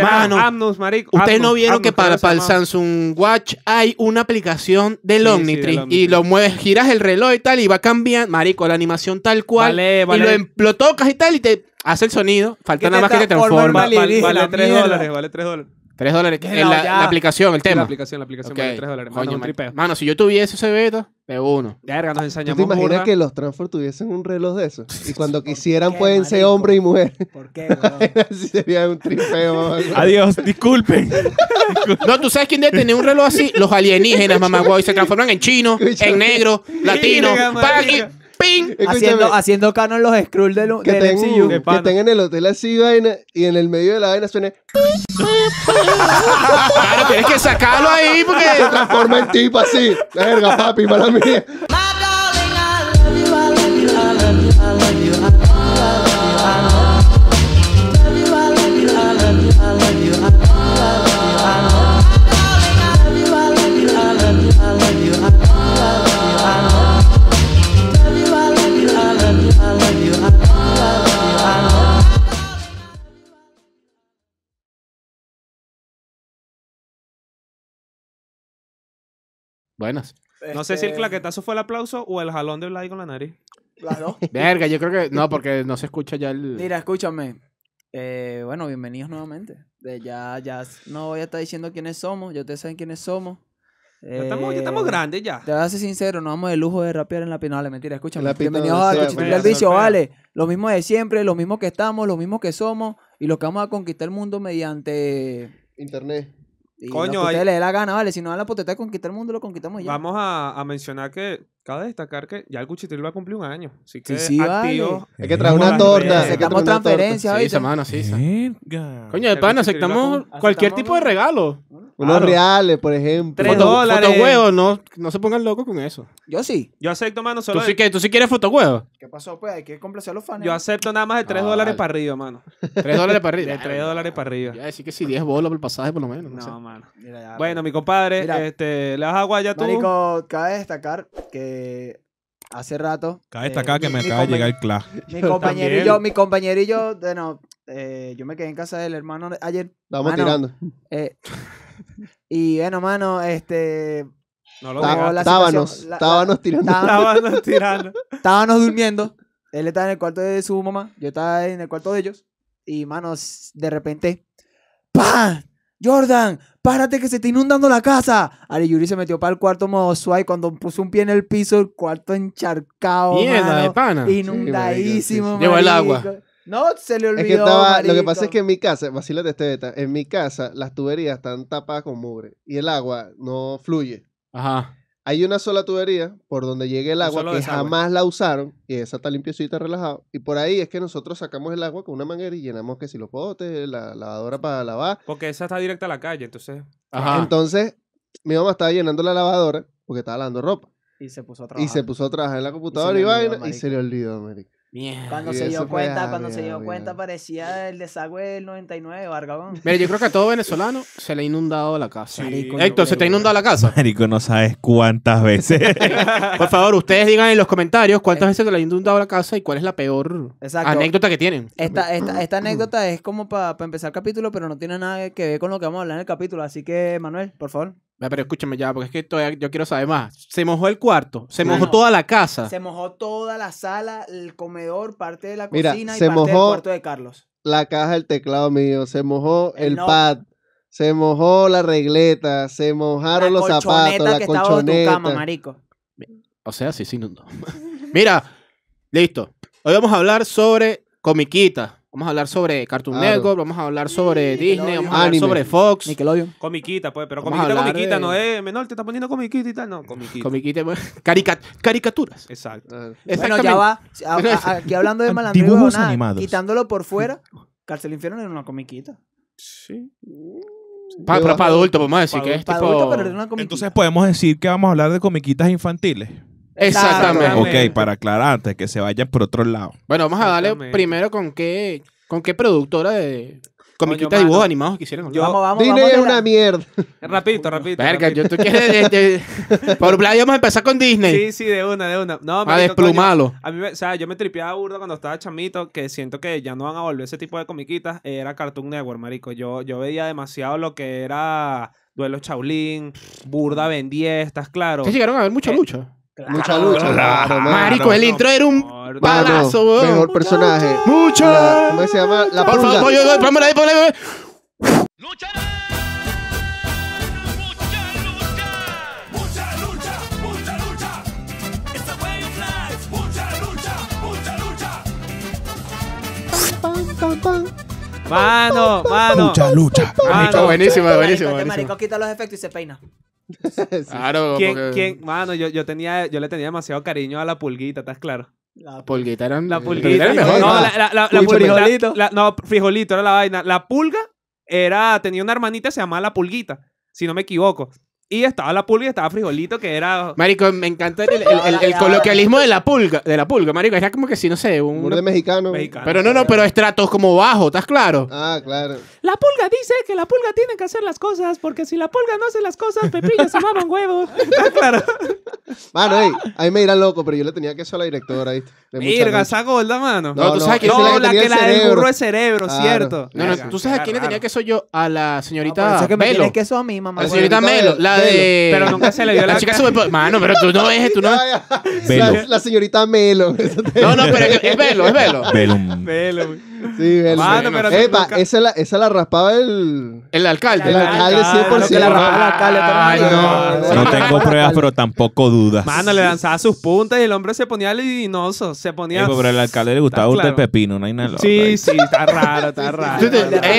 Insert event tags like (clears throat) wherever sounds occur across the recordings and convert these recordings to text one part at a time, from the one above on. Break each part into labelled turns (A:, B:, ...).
A: Mano,
B: Amnus, marico.
A: Ustedes
B: Amnus,
A: no vieron
B: Amnus,
A: que para,
B: ¿cómo se
A: para el
B: llama?
A: Samsung Watch hay una aplicación del
B: Sí, sí,
A: Omnitrix
B: del
A: y
B: Omnitrix.
A: lo mueves, giras el reloj y tal y va cambiando, marico, la animación tal cual
B: Vale, vale.
A: y lo, em- lo tocas y tal y te hace el sonido, falta
C: Que
A: nada
C: te
A: más que te
C: transforma en
A: transforma.
C: vale,
B: Vale, vale,
C: la
B: 3
C: mierda.
B: dólares, vale 3 dólares.
A: Tres dólares,
C: No,
A: en la,
C: ya.
A: la aplicación, el
B: La
A: tema.
B: aplicación, la aplicación
A: Ok.
B: vale 3 dólares.
A: Coño,
B: Mano, un
A: man-
B: tripeo.
A: mano, si yo tuviese ese beta, de uno.
B: (laughs) Verga, nos
D: ¿Tú
B: enseñamos.
D: te imaginas
B: burda.
D: que los Transformers tuviesen un reloj de esos?
C: (laughs)
D: Y cuando quisieran
C: qué,
D: pueden ser
C: marico?
D: hombre y mujer. (laughs)
C: ¿Por qué, weón?
D: Así sería
C: (laughs)
D: un tripeo. mamá.
E: Adiós, disculpen.
A: No, tú sabes quién debe tener un reloj así. Los alienígenas, mamá, güey, se transforman en chino,
D: Escúchame.
A: en negro, latino,
B: Verga,
A: pan y
B: marica.
A: ping.
D: Escúchame,
C: haciendo, haciendo canon los Skrull del,
D: que
C: del
D: tengan
C: MCU.
D: que
B: de pana.
D: tengan en el hotel así vaina y en el medio de la vaina suena
A: Claro, tienes que sacarlo ahí
B: (laughs)
A: porque.
D: se transforma en tipo así. Verga, papi, mala mía.
A: Buenas.
B: No sé si el claquetazo fue el aplauso o el jalón de Vlad con la nariz.
C: Las
D: (laughs)
C: dos.
A: Verga, yo creo que. No, porque no se escucha ya el.
C: Mira, escúchame. Eh, bueno, bienvenidos nuevamente. De ya, ya s- no voy a estar diciendo quiénes somos, ya ustedes saben quiénes somos.
B: Ya estamos, ya estamos
C: Eh,
B: grandes ya.
C: Te voy a ser sincero, no vamos de lujo de rapear en la pinole, mentira, escúchame.
D: La pita
C: bienvenidos
D: donde
C: a
D: sea,
C: Cuchitilla
B: pues.
C: al Vicio,
B: Surfea.
C: vale. Lo mismo de siempre, lo mismo que estamos, lo mismo que somos y lo que vamos a conquistar el mundo mediante.
D: Internet.
C: y lo
B: Coño,
C: que a
B: hay-
C: ustedes les dé la gana, vale. Si no dan la potestad de conquistar el mundo, lo conquistamos ya.
B: Vamos a, a mencionar que cabe destacar que ya el cuchitril va a cumplir un año. Así que
C: sí, vale.
B: activos.
D: Hay que traer una
B: Hola,
D: torta.
B: Andrea.
D: hay que
C: Aceptamos
D: traer una torta.
C: transferencias,
A: Sí,
C: ¿viste?
A: esa mano, sí. esa.
E: Verga.
A: Coño, de
B: El
A: pan,
B: bicho que
A: aceptamos
B: iba
A: cualquier
C: aceptamos
A: tipo de
C: uno.
A: regalo.
D: Unos
B: Claro.
D: reales, por ejemplo.
B: Tres
A: Foto-
B: dólares.
A: Fotohuevo, no, no se pongan locos con eso.
C: Yo sí.
B: Yo acepto, mano,
A: ¿Tú
B: solo.
A: sí,
B: de-
A: que, ¿Tú sí quieres fotohuevo?
C: ¿Qué pasó? Pues hay que complacer a los fans.
B: Yo acepto nada más de 3
A: Ah,
B: dólares
A: vale.
B: para arriba, mano.
A: Tres dólares para arriba.
B: De 3 dólares para arriba.
A: Ya decir que sí, 10 bolas por el pasaje por lo menos. No, sé.
B: No, mano. Bueno, mi compadre,
C: Mira.
B: este, le das agua ya tú.
C: pues. Marico, cabe destacar que hace rato.
E: Cabe
C: eh,
E: destacar que
C: mi-
E: me
C: mi
E: acaba de
C: compañ-
E: llegar el clash.
C: Mi compañero y
B: También.
C: yo, mi compañero y yo, bueno, eh, yo me quedé en casa del hermano ayer.
D: Vamos
C: Mano,
D: tirando.
E: (laughs)
C: eh, y bueno, mano, este.
B: No lo
C: Ta-
B: veas.
E: (laughs)
C: la
D: Tábanos.
C: situación- la-
D: Tábanos tirando.
C: Estaba-
B: Estábamos tirando.
C: estábamos durmiendo. Él estaba en el cuarto de su mamá. Yo estaba en el cuarto de ellos. Y, mano, s- de repente. ¡Pam! ¡Jordan! ¡Párate que se está inundando la casa! Ari Yuri se metió para el cuarto modo suave. Cuando puso un pie en el piso, el cuarto encharcado.
A: Mierda,
C: mano.
A: de pana.
C: Inundadísimo,
A: Llevó el agua.
C: marico. No, se le olvidó.
D: Es que estaba, lo que
C: marico.
D: pasa es que en mi casa, vacílate este beta, en mi casa las tuberías están tapadas con mugre y el agua no fluye.
A: Ajá.
D: Hay una sola tubería por donde llega el
B: Un
D: agua
B: solo
D: que
B: desagüe.
D: jamás la usaron y esa está limpiecita, relajada. Y por ahí es que nosotros sacamos el agua con una manguera y llenamos que si los potes, la lavadora para lavar.
B: Porque esa está directa a la calle, entonces.
A: Ajá.
D: Entonces, mi mamá estaba llenando la lavadora porque estaba lavando ropa
C: Y se puso a
D: y
C: trabajar.
D: se puso a trabajar en la computadora y,
C: le olvidó,
D: vaina y
C: marico.
D: se le olvidó, marico.
A: Mierda.
C: Cuando
D: Y
C: se
D: eso
C: dio
D: fue
C: cuenta,
D: a
C: cuando se
D: mierda,
C: dio
D: mierda.
C: cuenta, parecía el desagüe del 99, Bargabón.
A: Mira, yo creo que a todo venezolano se le ha inundado la casa.
B: Sí,
C: Marico,
A: Héctor, ¿se
C: yo
A: te ha
C: creo.
A: inundado la casa?
E: Marico, no sabes cuántas veces.
A: Por favor, ustedes digan en los comentarios cuántas veces te le ha inundado la casa y cuál es la peor
C: Eh. Exacto.
A: anécdota que tienen.
C: Esta, esta,
D: (clears throat)
C: esta anécdota es como para empezar el capítulo, pero no tiene nada que ver con lo que vamos a hablar en el capítulo. Así que, Manuel, por favor.
A: Ve, Pero escúchame ya, porque es que todavía yo quiero saber más. Se mojó el cuarto, se
C: Mano,
A: mojó toda la
D: Ah.
A: casa.
C: Se mojó toda la sala, el comedor, parte de la
D: Mira,
C: cocina y
D: se
C: parte del
D: mojó-
C: cuarto de Carlos.
D: La caja del teclado mío, se mojó
C: El
D: el
C: no-
D: pad, se mojó la regleta, se mojaron los zapatos, la
C: que estaba bajo tu
D: colchoneta.
C: cama, marico.
A: O sea, sí, sí, no. (laughs) no. Mira, listo. Hoy vamos a hablar sobre comiquitas. Vamos a hablar sobre Cartoon
D: Claro.
A: Network, vamos a hablar sobre Disney, vamos a hablar
D: Anime.
A: sobre Fox.
C: Nickelodeon.
B: comiquita, pues, pero
A: Vamos a
B: comiquita,
A: hablar
B: comiquita,
A: de-
B: no es menor, te está poniendo comiquita y tal, no, comiquita.
A: Comiquita, (laughs) carica- caricaturas.
B: Exacto.
D: Ah.
C: Bueno,
A: Exactamente.
C: ya va. A-
D: (laughs)
C: a- aquí hablando de malandro,
E: Dibujos
C: huevonada,
E: animados.
C: quitándolo por fuera, Cárcel e Infierno era una comiquita.
B: Sí.
A: Pa- Para adulto, vamos a decir
B: Pa'
A: que es
C: Para
A: tipo-
C: adultos, pero era una comiquita.
E: (laughs) Entonces podemos decir que vamos a hablar de comiquitas infantiles.
A: Exactamente.
B: Exactamente.
E: Ok, para aclarar antes que se vayan por otro lado.
A: Bueno, vamos a darle
B: Exactamente.
A: primero con qué, con qué productora de comiquitas
B: mano.
A: de dibujos animados que hicieron.
B: Yo-
C: vamos, vamos,
D: Disney
C: vamos.
D: es
C: de la-
D: una mierda.
B: Rapidito, rapidito.
A: Verga,
B: rapidito.
A: yo tú quieres. de-
B: (laughs)
A: de- Por Vlad, vamos a empezar con Disney.
B: Sí, sí, de una, de una. No,
A: a
B: marico, coño,
A: desplumarlo.
B: A mí, me- o sea, yo me tripeaba burda cuando estaba chamito, que siento que ya no van a volver ese tipo de comiquitas. eh, Era Cartoon Network, marico. Yo, yo veía demasiado lo que era Duelo Chaulín, Burda Ben 10, ¿estás claro?
A: Sí, llegaron a ver
B: Eh,
A: mucha lucha.
D: Mucha lucha. claro,
B: ah,
D: mano.
A: Marico, el intro era un
B: Gordo.
A: pa-
D: Mano,
A: balazo, weón.
D: Mejor personaje.
A: ¡Mucha!
D: La- ¿Cómo se llama? La
A: Por favor,
D: pulga.
A: voy, voy, voy, pónmela ahí, pónmela ahí.
B: Mano, mano.
E: Lucha, lucha.
B: mano.
A: Marico, buenísimo, buenísimo,
C: Marico, este
A: buenísimo.
C: marico quita los efectos y se peina.
D: (laughs) Sí.
A: Claro,
B: ¿Quién,
A: porque-
B: quién? Mano, yo, yo, tenía, yo le tenía demasiado cariño a la pulguita, ¿estás claro?
C: La-
A: La pulguita era
B: La
A: eh,
B: pulguita.
A: era mejor.
B: No,
D: ¿no?
B: la, la, la, la
D: Uy,
B: pulguita-
C: frijolito.
B: la- no, frijolito era la vaina. La pulga era, tenía una hermanita, se llamaba la pulguita, si no me equivoco. Y estaba la pulga y estaba frijolito, que era.
A: Marico, me encanta el, el- el-
B: (laughs)
A: el- el coloquialismo de la pulga, de la pulga, marico. Era como que si, no sé, un...
D: Humor de mexicano.
B: Mexicano.
A: Pero no, no, pero estratos como bajo, ¿estás claro?
D: Ah, claro.
B: La pulga dice que la pulga tiene que hacer las cosas, porque si la pulga no hace las cosas, Pepillo se mama un huevo. Está claro.
D: Mano, ey, ahí me irá loco, pero yo le tenía que eso a la directora, ¿viste? De mucha
B: Mirga,
D: lucha.
B: esa gorda, mano.
A: No, tú sabes que
D: esa
B: No,
D: es
B: la,
D: tenía
B: que
D: el
B: la del
D: cerebro.
B: burro de cerebro,
D: Claro.
B: cierto.
A: No, no,
B: Verga,
A: tú sabes a
B: qué
A: quién le tenía
B: raro.
A: que soy yo, a la
C: Ah,
A: señorita
C: por eso es que me
A: Melo.
C: tienes queso a mí,
A: A
C: mamá.
A: la
D: Así
C: huevo.
D: ahorita-
A: señorita Melo, la
D: Melo.
A: de...
B: Pero nunca se le dio la
A: La chica super... Mano, pero tú no es,
D: (laughs)
A: tú no
B: (laughs)
A: es...
E: Velo.
D: La, la señorita Melo.
A: No, no, pero es, es Velo, es Velo.
E: Velum.
B: Pelo, güey.
D: Sí, Melo.
B: Mano, pero
D: Epa,
B: nunca-
D: esa la, esa la raspaba el...
A: El alcalde.
D: El alcalde
B: alcalde,
D: 100%.
C: que la raspaba el alcalde, todo el
A: Ay,
C: mundo.
A: no.
E: No tengo pruebas, pero tampoco dudas.
B: Mano, le lanzaba sus puntas y el hombre se ponía lidinoso. Se ponía.
E: Eh, pero al alcalde le gustaba
B: Está
E: usted el
B: claro.
E: pepino, no hay nada.
B: Sí, sí, está raro, está
A: Tú
B: raro.
A: te-
C: Ay, ay,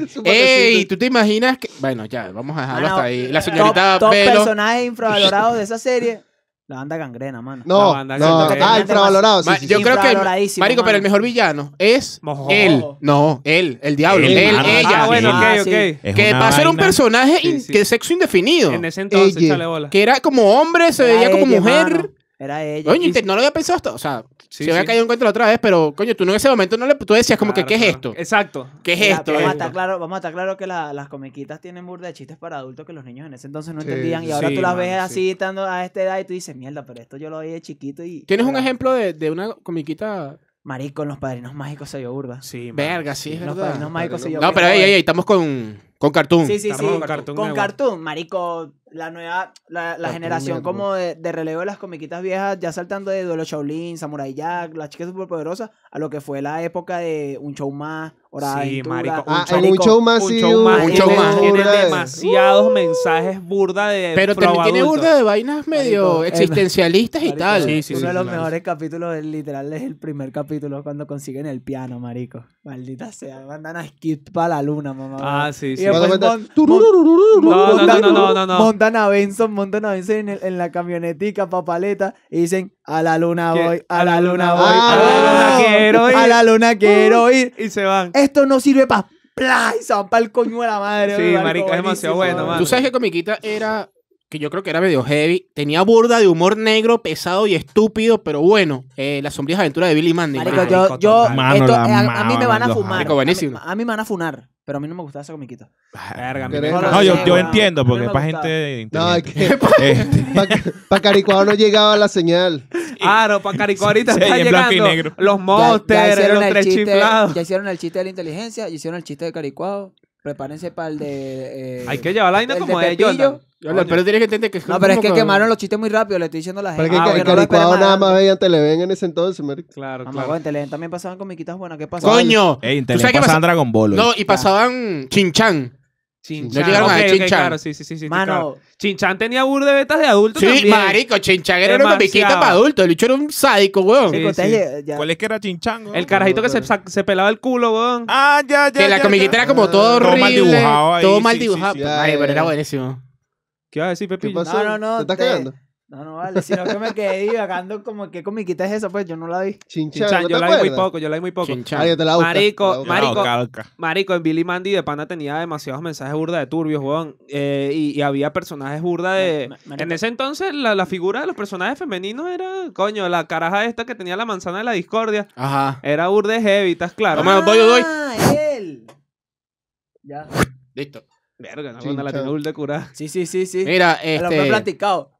A: ¡Ey!
D: Su
A: ¡Ey!
D: patecito.
A: ¿Tú te imaginas que.? Bueno, ya, vamos a dejarlo
C: Mano,
A: hasta ahí. La
C: Top,
A: señorita
C: top
A: Velo.
C: personaje infravalorado de esa serie. La banda gangrena, mano.
B: La
D: No,
B: banda
D: no,
B: que se
D: no.
B: mete.
D: Ah, infravalorado. Sí,
A: Ma-
D: sí,
A: yo
D: sí.
A: creo que.
C: Infravaloradísimo,
A: Marico, pero
C: mano.
A: el mejor villano es.
B: Mojo.
A: Él. No, él. El diablo.
E: Él,
A: Él,
E: mano.
A: ella.
B: Ah, bueno,
E: Ah,
B: ok,
C: sí.
B: ok.
E: Es
A: que
E: una
A: pasó era un
E: vaina-
A: personaje
B: Sí,
A: in-
B: sí.
A: de sexo indefinido.
B: En ese entonces,
D: Ella.
B: chale bola.
A: Que era como hombre, se
C: Era
A: veía como
C: ella,
A: mujer.
C: mano. Era ella.
A: Coño,
C: Y-
A: inte- no lo había pensado hasta. O sea,
B: Sí,
A: se había
B: sí.
A: caído en cuenta la otra vez, pero coño, tú no en ese momento no le. Tú decías como
B: Claro,
A: que, ¿qué es
B: claro.
A: esto?
B: Exacto.
A: ¿Qué
C: Mira,
A: es esto? Eh,
C: vamos, a
A: Esto.
C: estar claro, vamos a estar claro que la- las comiquitas tienen burda de chistes para adultos que los niños en ese entonces no
D: Sí,
C: entendían. Y
D: sí,
C: ahora tú las
B: mano,
C: ves
B: sí.
C: así estando a esta edad y tú dices, mierda, pero esto yo lo vi de chiquito y.
A: ¿Tienes un
C: Era-
A: ejemplo de, de una comiquita?
C: Marico, en los padrinos mágicos se vio burda.
B: Sí,
A: Verga, sí, es
C: En los
A: verdad.
C: padrinos mágicos se vio
A: No, pero
C: burda.
A: ahí, ahí, estamos con, con Cartoon.
C: Sí, sí, sí.
B: Estamos con
C: Con
B: Cartoon
C: Cartoon,
B: Network.
C: marico, la nueva, la, la
D: Cartoon
C: generación
D: Network.
C: como de, de relevo de las comiquitas viejas, ya saltando de Duelo Shaolin, Samurai Jack, las chicas superpoderosas, a lo que fue la época de Un Show Más, Hora de
B: Sí,
C: Aventura.
B: marico,
D: Ah,
B: Un
D: en un show más.
B: Un
D: sí,
B: show más.
A: un
B: tiene-
A: show más.
B: Tiene
D: burda de-
B: demasiados mensajes burda de.
A: Pero
B: pro
A: también tiene
B: adulto.
A: burda de vainas medio
C: Marico,
A: (laughs)
C: eh,
A: existencialistas y
C: Marico,
A: tal.
B: Sí, sí,
C: uno
B: sí,
C: de los
B: claro.
C: mejores capítulos, es literal, es el primer capítulo cuando consiguen el piano, marico. Maldita sea, mandan a Skip para la luna, mamá.
B: Ah, sí,
C: Y
B: sí.
C: después
D: Cuando
C: mon-
D: cuenta,
B: No,
D: "Turururururu".
B: no,
C: montan-
B: no, no, no, no.
C: Montan a Benson, montan a Benson en, el- en la camionetica, papaleta, y dicen, a la luna
B: ¿Qué?
C: voy, a la luna voy,
D: Ah,
C: a la luna quiero ir, a la luna quiero ir.
B: Y se van.
C: Esto no sirve para... Y se van para el coño de la madre.
B: Sí,
C: marico,
B: marico, es demasiado bueno,
C: buenísimo,
B: mano.
A: Tú sabes que Comiquita era, que yo creo que era medio heavy, tenía burda de humor negro, pesado y estúpido, pero bueno, eh, las sombrías aventuras de Billy Mandy.
C: Marico,
A: marico.
C: yo, yo,
E: Mano,
C: esto-
E: la
C: eh, a, a mí me van a
E: amaban los
C: fumar.
A: marico, buenísimo.
C: A mí, a mí me van a funar, pero a mí no me gustaba esa comiquita.
B: Verga, a mí
D: Pero
B: me
D: es-
B: encanta.
E: No, yo,
C: Sí,
E: yo
C: weón.
E: entiendo,
C: A
E: porque
C: mí
E: es
C: me
E: para
C: gustaba.
E: gente
D: No, es
E: inteligente.
D: que
E: (laughs) Este,
D: para Caricuado no llegaba la señal.
B: Claro, para Carico ahorita
E: (laughs) Sí,
B: está
E: en blanco y
B: llegando.
E: negro.
B: Los
C: ya,
B: monsters,
C: hicieron
B: los
C: el
B: tres
C: chiste,
B: chiflados.
C: ya hicieron el chiste de la inteligencia, ya hicieron el chiste de Caricuado. Prepárense para el de. eh,
B: Hay que llevar la vaina
C: el de
B: como de
C: Pepillo.
B: Jordan.
A: pero tienes que entender que
C: No, pero es que quemaron los chistes muy rápido, le estoy diciendo a la
D: Para
C: gente.
D: que
B: Ah,
D: ca-
B: bueno,
D: el
C: no lo esperen
D: Caricuado nada
C: adelante.
D: más veía en Televen en ese entonces, marico.
B: Claro,
C: Mamá,
B: claro.
C: bueno, en Televen también pasaban comiquitas buenas, ¿qué pasa?
A: ¡Coño!
E: Ey,
A: ¿Tú sabes qué
E: que
A: pasa?
E: pasaban Dragon Ball.
A: No, y pasaban Chinchan.
B: Chinchan.
A: No llegaron a
B: Ok,
A: ver
B: ok,
A: Chinchan.
B: claro, sí, sí, sí, sí, sí, claro.
C: Mano,
B: Chinchan tenía burda de betas de adultos
A: Sí,
B: también.
A: marico, Chinchan era una comiquita
B: Demasiado.
A: para adultos. El bicho era un sádico, weón.
B: Sí.
C: marico, ustedes ya-
E: ¿Cuál es que era Chinchango?
B: El carajito
D: Ah.
B: que se, sa- se pelaba el culo, weón.
E: Ah, ya, ya.
A: que la
E: ya,
A: comiquita
E: ya.
A: era como todo
E: Todo mal
A: horrible.
E: dibujado ahí,
A: todo
E: sí,
A: mal
E: sí,
A: dibujado.
E: sí,
D: sí.
A: Ay, pero era
D: Ay,
A: buenísimo.
B: ¿Qué iba a decir,
D: ¿Qué
B: Pepillo?
D: pasó?
C: No, no, no.
D: ¿Te estás
C: te-
D: cagando?
C: No, no, vale, sino que me quedé divagando como qué comiquita es esa, pues yo no la vi.
D: Chinchan,
B: Chinchan,
D: ¿no te
B: yo la vi muy
D: acuerdas?
B: poco, yo la vi muy poco.
A: Chinchan.
D: Ah, yo te la busco.
B: Marico,
D: te la busco.
B: marico,
E: Oca, oca.
B: Marico, en Billy Mandy de pana tenía demasiados mensajes burda de turbios, weón. Eh, y, y había personajes burda de...
C: Ma- ma-
B: En
C: marico.
B: ese entonces, la, la figura de los personajes femeninos era, coño, la caraja esta que tenía la manzana de la discordia.
A: Ajá.
B: Era burda de heavy, ¿estás claro?
A: Toma, voy, voy.
C: Ah, él. Ya.
A: Listo.
B: Verga, no,
D: Chin,
B: cuando la
D: chao.
B: tengo full de cura.
C: Sí, sí, sí, sí.
A: Mira,
C: Me Lo he
A: este.
C: platicado.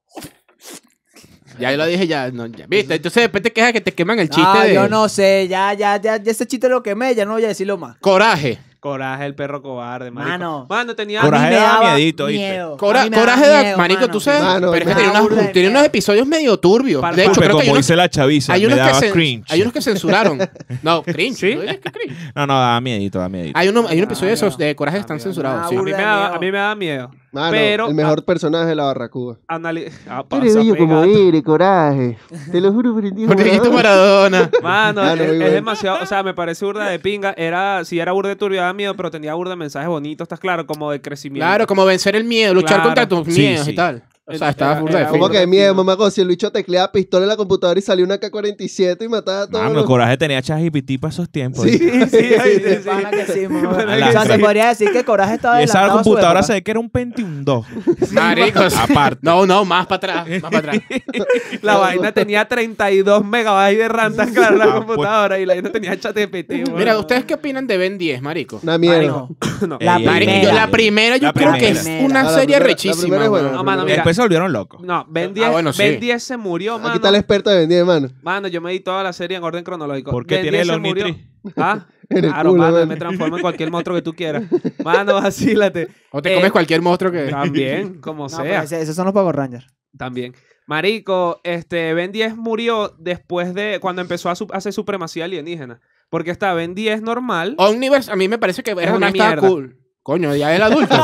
A: Ya lo dije, ya. no, ya. Viste, entonces después te quejas que te queman el chiste.
C: Ah,
A: de...
C: yo no sé, ya, ya, ya, ya ese chiste lo quemé, ya no voy a decirlo más.
A: Coraje.
B: Coraje, el perro cobarde, marico.
C: Mano.
B: Mano, tenía...
E: Coraje
C: A mí me
E: da
C: daba
E: miedito, ¿viste?
C: miedo. A
A: Cora-
C: mí me daba
A: coraje, da-
C: miedo,
A: marico, tú sabes.
D: Mano,
A: pero es que
D: me
A: tiene,
C: da
A: unas-
C: burda de
A: tiene
C: miedo.
A: unos episodios medio turbios.
B: Para-
A: De hecho,
E: Porque
A: creo que hay
E: como
A: unos,
E: dice la chaviza,
A: hay
E: me
A: unos que
E: daba
A: cen-
E: cringe.
A: hay unos que censuraron. No, cringe. ¿no dices que cringe?
E: No, no, daba miedito, daba miedito.
A: Hay, uno, hay un
C: Ah,
A: episodio de, esos
C: ya.
A: de Coraje que
B: Ah,
A: están
B: mira,
A: censurados.
C: nada,
A: sí. (laughs)
B: A mí, me daba,
C: Burda de
B: a mí me daba miedo.
D: Mano,
B: Pero-
D: el mejor personaje de la Barracuda.
B: Anali... Ah,
D: Eres
B: pasó,
D: bello como
B: pegado.
D: eres, coraje. Te lo juro por el (laughs) Dios.
A: Jorgito Maradona.
B: Mano,
D: Ah, no,
B: es,
D: muy
B: es
D: bueno.
B: demasiado, o sea, me parece burda
D: (laughs)
B: de pinga. Era, si era burda de turbio, daba miedo, pero tenía burda de mensajes bonitos, estás claro, como de crecimiento.
A: Claro, como vencer el miedo, luchar
B: Claro.
A: contra tus
E: Sí,
A: miedos
E: sí.
A: y tal. O sea,
B: Era-
A: estaba burda de
B: era
D: ¿Cómo
A: fino.
D: que miedo, mamá? Si el bicho teclea pistola en la computadora y salió una K-47 y mataba a todos.
E: Mano,
D: los-
E: coraje tenía ChatGPT para esos tiempos.
D: Sí.
E: ¿viste?
B: (laughs) Sí, sí, sí,
C: De
B: sí, sí.
C: pana que
B: (laughs)
D: (laughs)
C: sí, mamá.
B: Pana
E: que
C: O sea, se
E: sí.
C: podría decir que Coraje estaba
E: Y esa
C: adelantado a su
E: computadora
C: época.
E: se ve que era un Pentium 2.
A: (laughs) Marico.
E: Aparte.
A: No, no, más para atrás. Más para atrás.
B: La vaina tenía 32 megabytes de RAM, tan
A: Ah,
B: claro,
A: pues.
B: la computadora. Y la vaina tenía chat de
A: Mira, ¿ustedes qué opinan de Ben 10, marico?
D: Una mierda.
C: Marico,
B: No,
C: La
E: Ey, ey, ey,
A: Marico, yo
C: primera.
A: la primera yo
E: La
A: creo que
E: primera.
A: es
C: La
A: una
D: primera-
A: serie
D: la primera
A: rechísima.
D: es buena,
A: weón.
D: la
B: no, mano,
D: primera.
B: mira.
E: Después se volvieron locos.
B: no, Ben
A: Ah,
B: 10,
A: bueno, sí.
B: Ben 10 se murió,
D: Aquí está el
B: mano.
D: experto de venir, hermano.
B: Mano, yo me di toda la serie en orden cronológico.
E: ¿Por qué
B: Ben
E: tiene
B: 10
E: el
B: se murió.
E: Omnitrix?
B: Ah,
D: (laughs) En el
B: claro,
D: culo,
B: mano,
D: mano.
B: me transformo en cualquier monstruo que tú
D: (laughs)
B: quieras. Mano, vacílate.
A: O te
B: Eh, ah.
A: comes cualquier monstruo que. (laughs)
B: También, como
C: no, eh. pero
B: sea.
C: pues, ese- esos son los Power Rangers.
B: También. Marico, este Ben 10 murió después de cuando empezó a su- hacer supremacía alienígena. Porque está Ben 10 normal.
A: Omniverse, a mí me parece que era
B: una
A: una estaba
B: mierda.
A: cool. Coño, ya el adulto.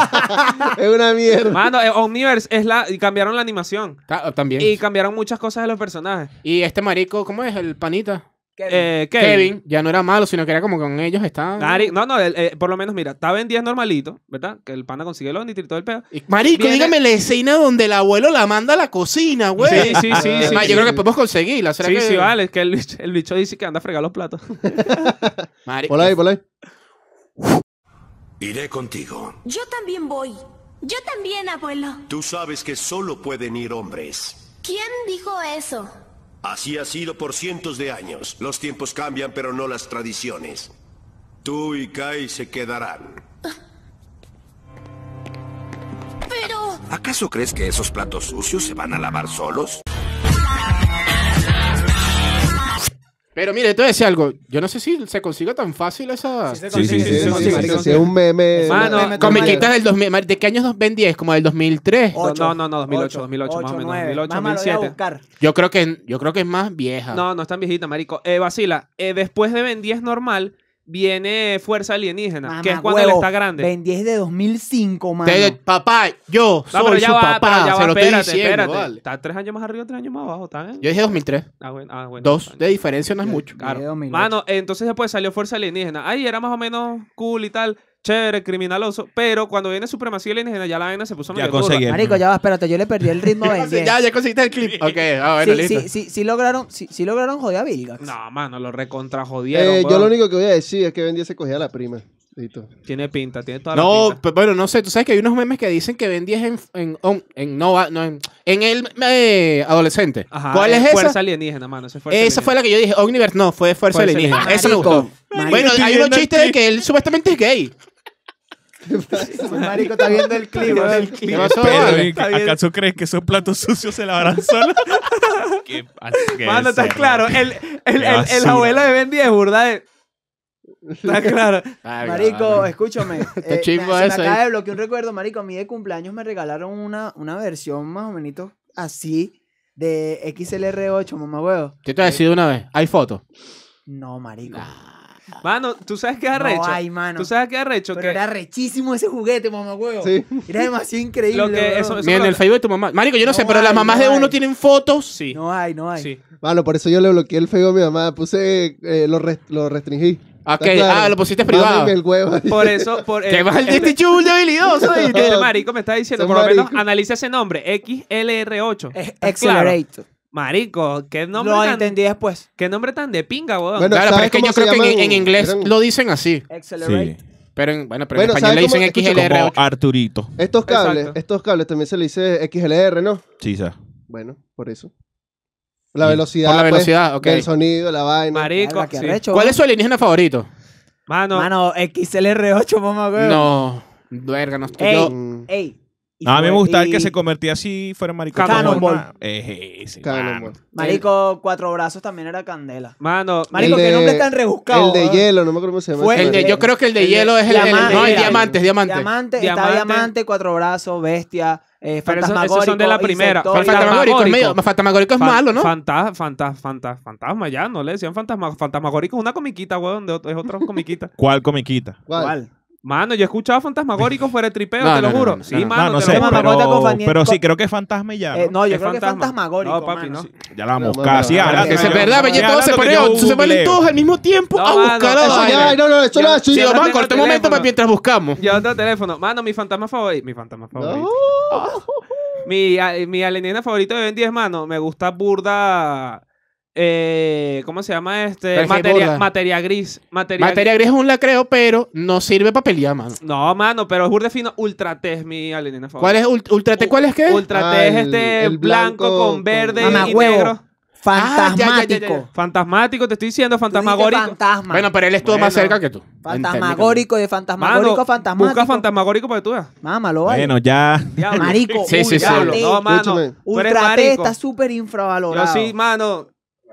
D: Es una
B: (laughs)
A: Oh.
D: mierda.
B: Mano, eh, Omniverse es la. Y cambiaron la animación.
A: Ta- oh, También.
B: Y
A: Y,
B: cambiaron muchas cosas de los personajes.
A: este marico, ¿cómo es? El panita.
B: Eh, Kevin.
A: Kevin. ya no era malo, sino que era como con ellos estaban.
B: Gary- no, no, el- eh, por lo menos, mira, estaba en 10 normalito, ¿verdad? Que el pana consigue el Omnitrix y todo el pedo.
A: Y- Marico,
B: Viene-
A: dígame la escena donde el abuelo la manda a la cocina, güey.
B: Sí, sí, sí.
A: Es
B: sí,
A: más,
B: sí,
A: yo creo que podemos conseguirla. ¿será
B: Sí,
A: que-
B: sí, vale, es que el bicho, el bicho dice que anda a fregar los
A: (laughs)
B: platos.
A: Marico.
D: Por ahí, por ahí.
F: Iré contigo.
G: Yo también voy. Yo también, abuelo.
F: Tú sabes que solo pueden ir hombres.
G: ¿Quién dijo eso?
F: Así ha sido por cientos de años. Los tiempos cambian, pero no las tradiciones. Tú y Kai se quedarán.
G: Pero...
F: ¿Acaso crees que esos platos sucios se van a lavar solos?
A: Pero mire, te voy a decir algo. Yo no sé si se consigue tan fácil esa.
E: Sí, sí,
D: Sí,
E: sí. sí.
D: Eh, sí, marico,
C: sí,
D: sí, es un meme.
B: Mano,
D: una- una
A: Comiquitas
D: mierda.
A: del 2000. Mar- ¿De qué años nos Ben 10? Como del 2003.
C: Ocho,
B: no, no, no, 2008, 2008, más o menos,
C: nueve.
B: 2008,
C: Mamá, lo voy a
B: 2007.
C: buscar.
A: Yo creo que yo creo que es más vieja.
B: No, no es tan viejita, marico. Eh, vacila, eh, después de Ben 10 normal, viene Fuerza Alienígena, que es
C: Mamá,
B: cuando él
C: huevo.
B: está grande.
C: Ben 10 de 2005, mano.
A: Te- papá, yo
B: No,
A: soy
B: pero ya
A: su
B: va,
A: papá.
B: pero ya
A: se
B: va,
A: lo
B: espérate,
A: estoy diciendo.
B: espérate.
A: vale.
B: Está tres años más arriba, tres años más abajo, ¿está bien?
A: Yo dije 2003.
B: Ah, bueno, ah, bueno,
A: Dos
B: está
A: de
B: bien.
A: diferencia no es mucho.
C: Claro. de 2008.
B: Mano, entonces después salió Fuerza Alienígena. Ahí era más o menos cool y tal, chévere, criminaloso. Pero cuando viene Supremacía Alienígena, ya la vaina se puso
E: Ya
B: medio
E: conseguí.
B: turra.
C: Marico, ya va, espérate, yo le perdí el ritmo a Ben 10.
A: ya, ya conseguiste el clip. Ok, ah, bueno,
C: sí,
A: listo.
C: sí, sí, sí lograron, sí, sí lograron joder a Vilgax.
B: No, mano, lo recontrajodieron.
D: Eh, yo
B: weón.
D: lo único que voy a decir es que Ben 10 se cogía a la prima. Listo.
B: Tiene pinta, tiene toda la
A: No,
B: pinta.
A: pero bueno, no sé. Tú sabes que hay unos memes que dicen que Ben 10 en, en, on- en no, va- no, en, en el eh, adolescente.
B: Ajá,
A: ¿Cuál
B: eh,
A: es
B: Fuerza
A: esa?
B: Alienígena, mano. Esa, es fuerza
A: Esa fue la que yo dije. Omniverse no, fue Fuerza
B: Fuerza
A: Alienígena.
B: Alienígena.
A: Esa me gustó. Bueno,
E: estoy
A: hay unos
E: viendo el
A: chistes de
E: clip.
A: que él supuestamente es gay.
D: (laughs)
C: Marico, está viendo el clip, weón.
A: ¿Qué pasó?
E: Pero,
A: vale?
E: ¿y ¿acaso crees que esos platos sucios se lavarán solos? Qué asqueroso.
B: Mano, está claro. El, el, el,
E: Qué
B: el
E: basura.
B: abuelo de Ben 10, burda de...
A: (laughs)
B: Está claro.
A: Ay,
C: Marico,
A: vale. (laughs)
C: escúchame. eh,
A: chingo
C: me, se me
A: eso ahí.
C: acaba de bloquear un recuerdo, marico. A mí de cumpleaños me regalaron una, una versión más o menos así de XLR8, mamá huevo.
A: Yo te voy a decir una vez. Hay fotos.
C: No, marico.
B: Mano, ¿tú sabes qué arrecho?
C: no hay, mano.
B: ¿Tú sabes qué arrecho?
C: Pero
B: Que
C: era rechísimo ese juguete, mamá huevo.
D: (laughs) Sí.
C: Era demasiado increíble.
B: Lo que- eso-
C: huevón.
A: Mira, en el Facebook de tu mamá. Marico, yo no,
C: No
A: sé, pero las
C: hay,
A: mamás
C: no
A: de uno
C: hay.
A: tienen fotos.
B: Sí.
C: No hay, no hay.
B: sí.
D: Mano, por eso yo le bloqueé el feo a mi mamá. Puse, eh, lo, rest- lo restringí.
A: Ok,
D: ¿Está claro?
A: ah, lo pusiste
D: Mámeme
A: privado.
D: el huevo.
B: Por eso,
A: (laughs)
B: por
A: Qué
B: eh,
A: mal
B: (laughs)
A: de
B: este-
A: este chul de habilidoso.
D: (laughs)
A: ¿viste?
B: este marico me está diciendo,
D: Son
B: por lo menos
D: marico.
B: analiza ese nombre, XLR8.
C: Es
B: Está claro.
C: Accelerate.
B: Marico, qué nombre,
C: Lo
B: tan,
C: entendí después.
B: qué nombre tan de pinga, weón.
D: Bueno,
A: Claro, pero
D: ¿sabes
A: es que
D: cómo
A: yo
D: se
A: creo que en,
D: llaman?
A: en inglés
D: Eran-
A: lo dicen así.
E: Sí.
C: Accelerate.
A: Pero en, bueno, pero en
D: Bueno,
A: español le dicen
D: ¿sabes cómo- escucha,
A: XLR.
E: Como Arturito.
D: (laughs) Estos cables,
B: Exacto.
D: estos cables también se le dice XLR, ¿no?
E: Chisa.
D: Bueno, por eso. La
E: Sí.
D: velocidad.
A: Por la
D: pues,
A: velocidad, ok.
D: del sonido, la vaina.
B: marico,
C: Verga, qué
B: sí.
C: arrecho,
A: ¿Cuál
C: huevón.
A: es su alienígena favorito?
B: Mano,
C: Mano, XLR8, mamá, güey.
A: No, verga, no estoy
C: Ey.
A: yo.
D: Mm,
C: Ey. y
E: No, a mí me
C: fue-
E: gustaba el
C: y-
E: que se convertía así fuera maricón.
C: Cannonball.
E: Como- Eh, ese,
D: Cannonball.
E: mano.
C: Marico, cuatro brazos también era candela.
B: mano,
C: Marico,
D: El
C: qué
D: de-
C: nombre tan rebuscado.
D: El de
C: ¿eh?
D: hielo, no me acuerdo cómo se llama.
C: Fue-
D: ese
A: El de-
D: marico.
A: yo creo que el de
C: El
A: hielo es el, el-
C: Diamante,
A: No, el
C: era-
A: diamantes, diamantes.
C: Diamante, estaba
B: Diamante.
C: diamante, cuatro brazos, bestia, eh,
B: Pero esos- esos
C: fantasmagórico.
B: son de la primera.
C: insecto,
B: Falta-
C: fantasma-
A: Fantasmagórico es
B: Fantasmagórico.
A: medio. Fantasmagórico es
B: fan-
A: malo, ¿no?
B: Fanta, fanta, fanta, fantasma, ya, no le decían fantasma, fantasmagórico, es una comiquita, weón, de otro- es otra comiquita.
E: ¿Cuál comiquita?
D: ¿Cuál?
C: ¿Cuál?
B: Mano, yo escuchaba fantasmagórico fuera de tripeo,
A: No,
B: te lo
A: no, no,
B: juro.
A: no,
B: sí,
A: no, no.
B: mano,
E: no, no
B: te
E: sé,
B: lo
C: llama
B: juro.
C: Mamota
E: pero,
C: con Fanny-
E: pero sí,
C: con-
E: creo que es fantasma y ya.
C: Eh,
E: ¿no?
C: no, yo
B: Es
C: creo que es
B: fantasma.
C: fantasmagórico.
B: No, papi,
C: mano.
B: no.
D: No,
E: Ya la vamos a
D: no,
E: buscar.
D: no,
E: Sí,
D: no,
E: ahora
D: no,
A: Que
E: que
A: se
E: yo-
A: verdad,
E: ahora
A: yo
E: que
A: todos se
E: yo
A: ponen, se ponen
E: googleo.
A: todos al mismo tiempo
B: No,
A: a
B: mano,
A: buscar a
B: eso
D: Eso
B: Ay,
D: ya,
B: no.
D: ay, no, no, eso
B: Yo-
D: lo hace.
B: sí,
A: Sí,
B: yo no
A: vamos a cortar un
B: tengo
A: momento
B: teléfono.
A: para mientras buscamos.
B: Yo otro teléfono. Mano, mi fantasma favorito. Mi fantasma favorito. Mi, a- mi alienígena favorito de Ben 10, mano. Me gusta burda. eh, ¿Cómo se llama este?
A: Pero es que hay
B: Materia,
A: burda.
B: materia gris. Materia,
A: Materia gris es un lacreo, pero no sirve para pelear, mano.
B: gris. No, mano, pero es burda fino. Ultra T es mi alienígena favorito.
A: ¿Cuál es ul- Ultra T? ¿Cuál es qué?
B: Ultra T
D: Ah,
B: es
D: el-
B: este
D: el
B: blanco,
D: blanco
B: con
D: con-
B: verde
C: Mamá,
B: y
C: huevo.
B: negro.
A: Ah, ya, ya, ya, ya.
C: Fantasmático.
B: Fantasmático, te estoy diciendo,
C: Tú dijiste
B: fantasmagórico.
C: Fantasma.
A: Bueno, pero él estuvo más
B: Bueno.
A: cerca que tú.
C: fantasmagórico y de fantasmagórico a
B: Mano, busca
C: fantasmático.
B: fantasmagórico para que tú veas.
C: Mámalo, vale.
E: Bueno, ya.
B: Diablo.
C: Marico,
A: Sí, sí, sí.
C: Ultra T,
B: No, mano.
D: Escúchame.
B: tú eres
C: Ultra T
B: marico.
C: está súper infravalorado.
B: Yo sí, mano.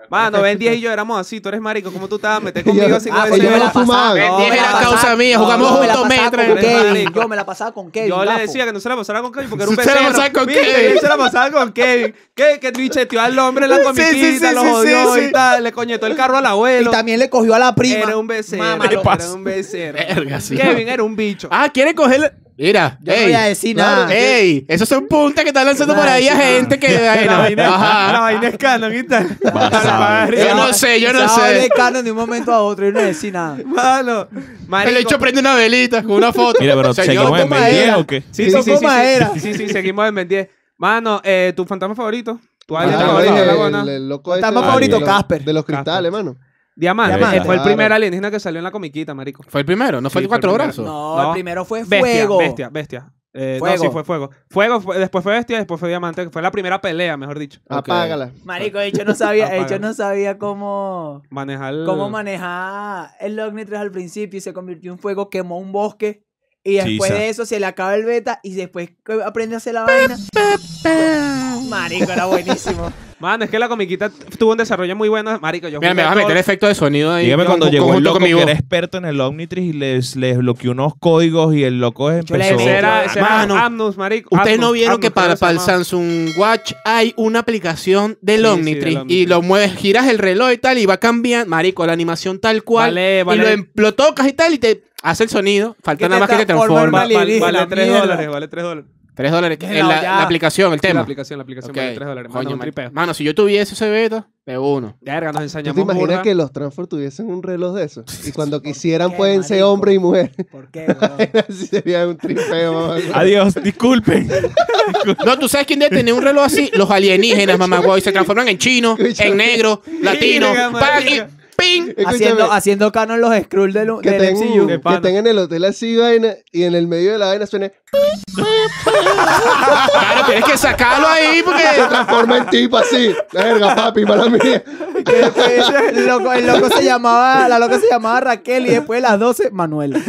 B: Mano, Ben 10 y yo éramos así. Tú eres marico. ¿Cómo tú te vas a meter conmigo
D: Yo-
B: así
C: Ah,
B: con
C: pues
B: ese
C: yo me la
B: verbo?
C: pasaba.
D: Ben
C: no,
A: 10
C: me la
A: era
C: pasaba-
A: causa mía,
C: no,
A: jugamos
C: yo me la
A: juntos
C: pasaba
A: metra.
C: con
B: Eres
C: Kevin,
B: marico.
C: Yo me la pasaba con Kevin.
B: Yo le
C: gafo.
B: decía que no se la pasara con Kevin porque era un
A: Se la
B: becerro.
A: pasaba con
B: Mira,
A: Kevin.
B: él se la pasaba con Kevin. Que que bicheteó al hombre en la
A: Sí,
B: comiquita,
A: sí, sí,
B: lo
A: sí,
B: jodió
A: sí,
B: y
A: sí.
B: tal. Le coñetó el carro al
C: Y
B: abuelo.
C: también le cogió a la prima.
B: Era un becerro.
C: Mámalo.
B: Era un becerro.
A: Verga, sí.
B: Kevin era un bicho.
A: Ah, quiere coger. Mira,
C: Yo
A: ey,
C: no voy a decir
A: claro,
C: nada.
A: ey, esos son puntas que están lanzando
C: No
A: por
C: voy a
A: ahí a
C: decir nada.
A: gente
C: (laughs)
A: que. ay,
B: La
A: no.
B: vaina,
A: Ajá.
B: la vaina es canon y tal. (laughs)
E: Basado.
A: Yo no sé, yo no
C: Se va a
A: sé.
C: volver canon de un momento a otro y no decir nada.
B: Mano,
A: El hecho
B: marico.
A: prende una velita con una foto. (laughs)
E: Mira, pero
A: O sea, yo
E: seguimos en
A: como
E: Ben
A: era.
E: 10 o qué?
B: Sí,
C: Tocó madera.
B: sí, sí, sí, seguimos en Ben 10. Mano, eh, ¿tu fantasma favorito? ¿Tu
D: Ah,
B: alien
E: Fantasma
B: favorito?
D: el-
B: la
E: favorito.
B: guana?
D: el- el loco este
C: Fantasma
D: de-
E: favorito,
D: de los-
C: Casper.
D: De los
B: Casper.
D: cristales, mano.
B: Diamante.
C: Diamante.
B: Fue el
D: Claro.
B: primer alienígena que salió en la comiquita, marico.
A: Fue el primero, no fue
B: Sí,
A: el
B: fue el
A: cuatro
B: primero.
A: brazos.
C: No,
B: No.
C: el primero fue
B: Bestia,
C: fuego.
B: bestia, bestia. Eh, No,
C: Fuego.
B: sí, fue fuego. Fuego, fue- después fue bestia, después fue diamante, que fue la primera pelea, mejor dicho.
D: Ah. Apágala.
C: Marico, el hecho no sabía, el
B: Apágalo.
C: hecho no sabía cómo,
B: Manejar. el-
A: Mm.
C: cómo manejar el Ogni 3 al principio y se convirtió en fuego, quemó un bosque. Y después
E: Chisa.
C: de eso se le acaba el beta y después co- aprende a hacer la vaina. Marico, era buenísimo.
B: Mano, es que la comiquita tuvo un desarrollo muy bueno. Marico, yo
A: Mira,
B: jugué
A: me vas a
B: todo-
A: meter efecto de sonido ahí.
E: Dígame
A: con-
E: cuando
A: con-
E: llegó el
A: junto
E: loco
A: con mi
E: que
A: voz.
E: era experto en el Omnitrix y les, les bloqueó unos códigos y el loco
C: Yo le
E: empezó.
C: metí
B: Ese era,
C: Ah,
B: ese era
A: mano.
B: Amnus, marico.
A: Ustedes
B: Amnus,
A: no vieron
B: Amnus,
A: que
B: creo
A: para, para el
B: se llamaba.
A: Samsung Watch hay una aplicación del
B: Sí, sí,
A: Omnitrix
B: del
A: y
B: Omnitrix.
A: lo mueves, giras el reloj y tal y va cambiando, marico, la animación tal cual
B: Vale,
A: y lo,
B: vale.
A: em- lo tocas y tal y te hace el sonido. Falta
C: Que
A: nada
C: te
A: más que te
C: transforma en
A: transforma.
B: Va- va-
C: alienígena,
B: Vale 3
C: mierda.
B: dólares, vale 3 dólares.
A: Tres dólares que
C: Que
A: es
C: la
A: la,
C: olla.
A: la aplicación, el
B: Sí, La
A: tema.
B: aplicación, la aplicación
A: Ok.
B: vale 3 dólares. Mano,
A: Coño,
B: un
A: marico.
B: tripeo.
A: Mano, si yo tuviese ese beta,
B: (laughs)
A: de uno.
B: Verga, nos
D: ¿Tú te
B: enseñamos
D: imaginas
B: burda.
D: que los Transformers tuviesen un reloj de eso?
B: (laughs)
D: Y cuando quisieran
C: qué,
D: pueden ser
C: marico?
D: hombre y mujer. (laughs)
C: ¿Por qué, weón?
D: Así sería
B: (laughs)
D: un tripeo, mamá.
E: Adiós, disculpen.
A: No, tú sabes quién debe tener un reloj así. Los alienígenas, mamá, güey, se transforman en chino, en negro, latino,
B: Verga,
A: pan y
B: marica. (laughs)
A: ping.
D: Escúchame,
C: haciendo, haciendo canon los Skrull del,
D: que
C: del MCU.
D: tengan que
B: pana.
D: tengan el hotel así vaina y en el medio de la vaina suene
A: Claro, tienes que sacarlo ahí porque.
D: se transforma en tipo así. Verga, papi, para mí.
B: (laughs)
C: (laughs) Que después el loco, el loco se llamaba, la loca se llamaba Raquel y después de las 12, Manuel.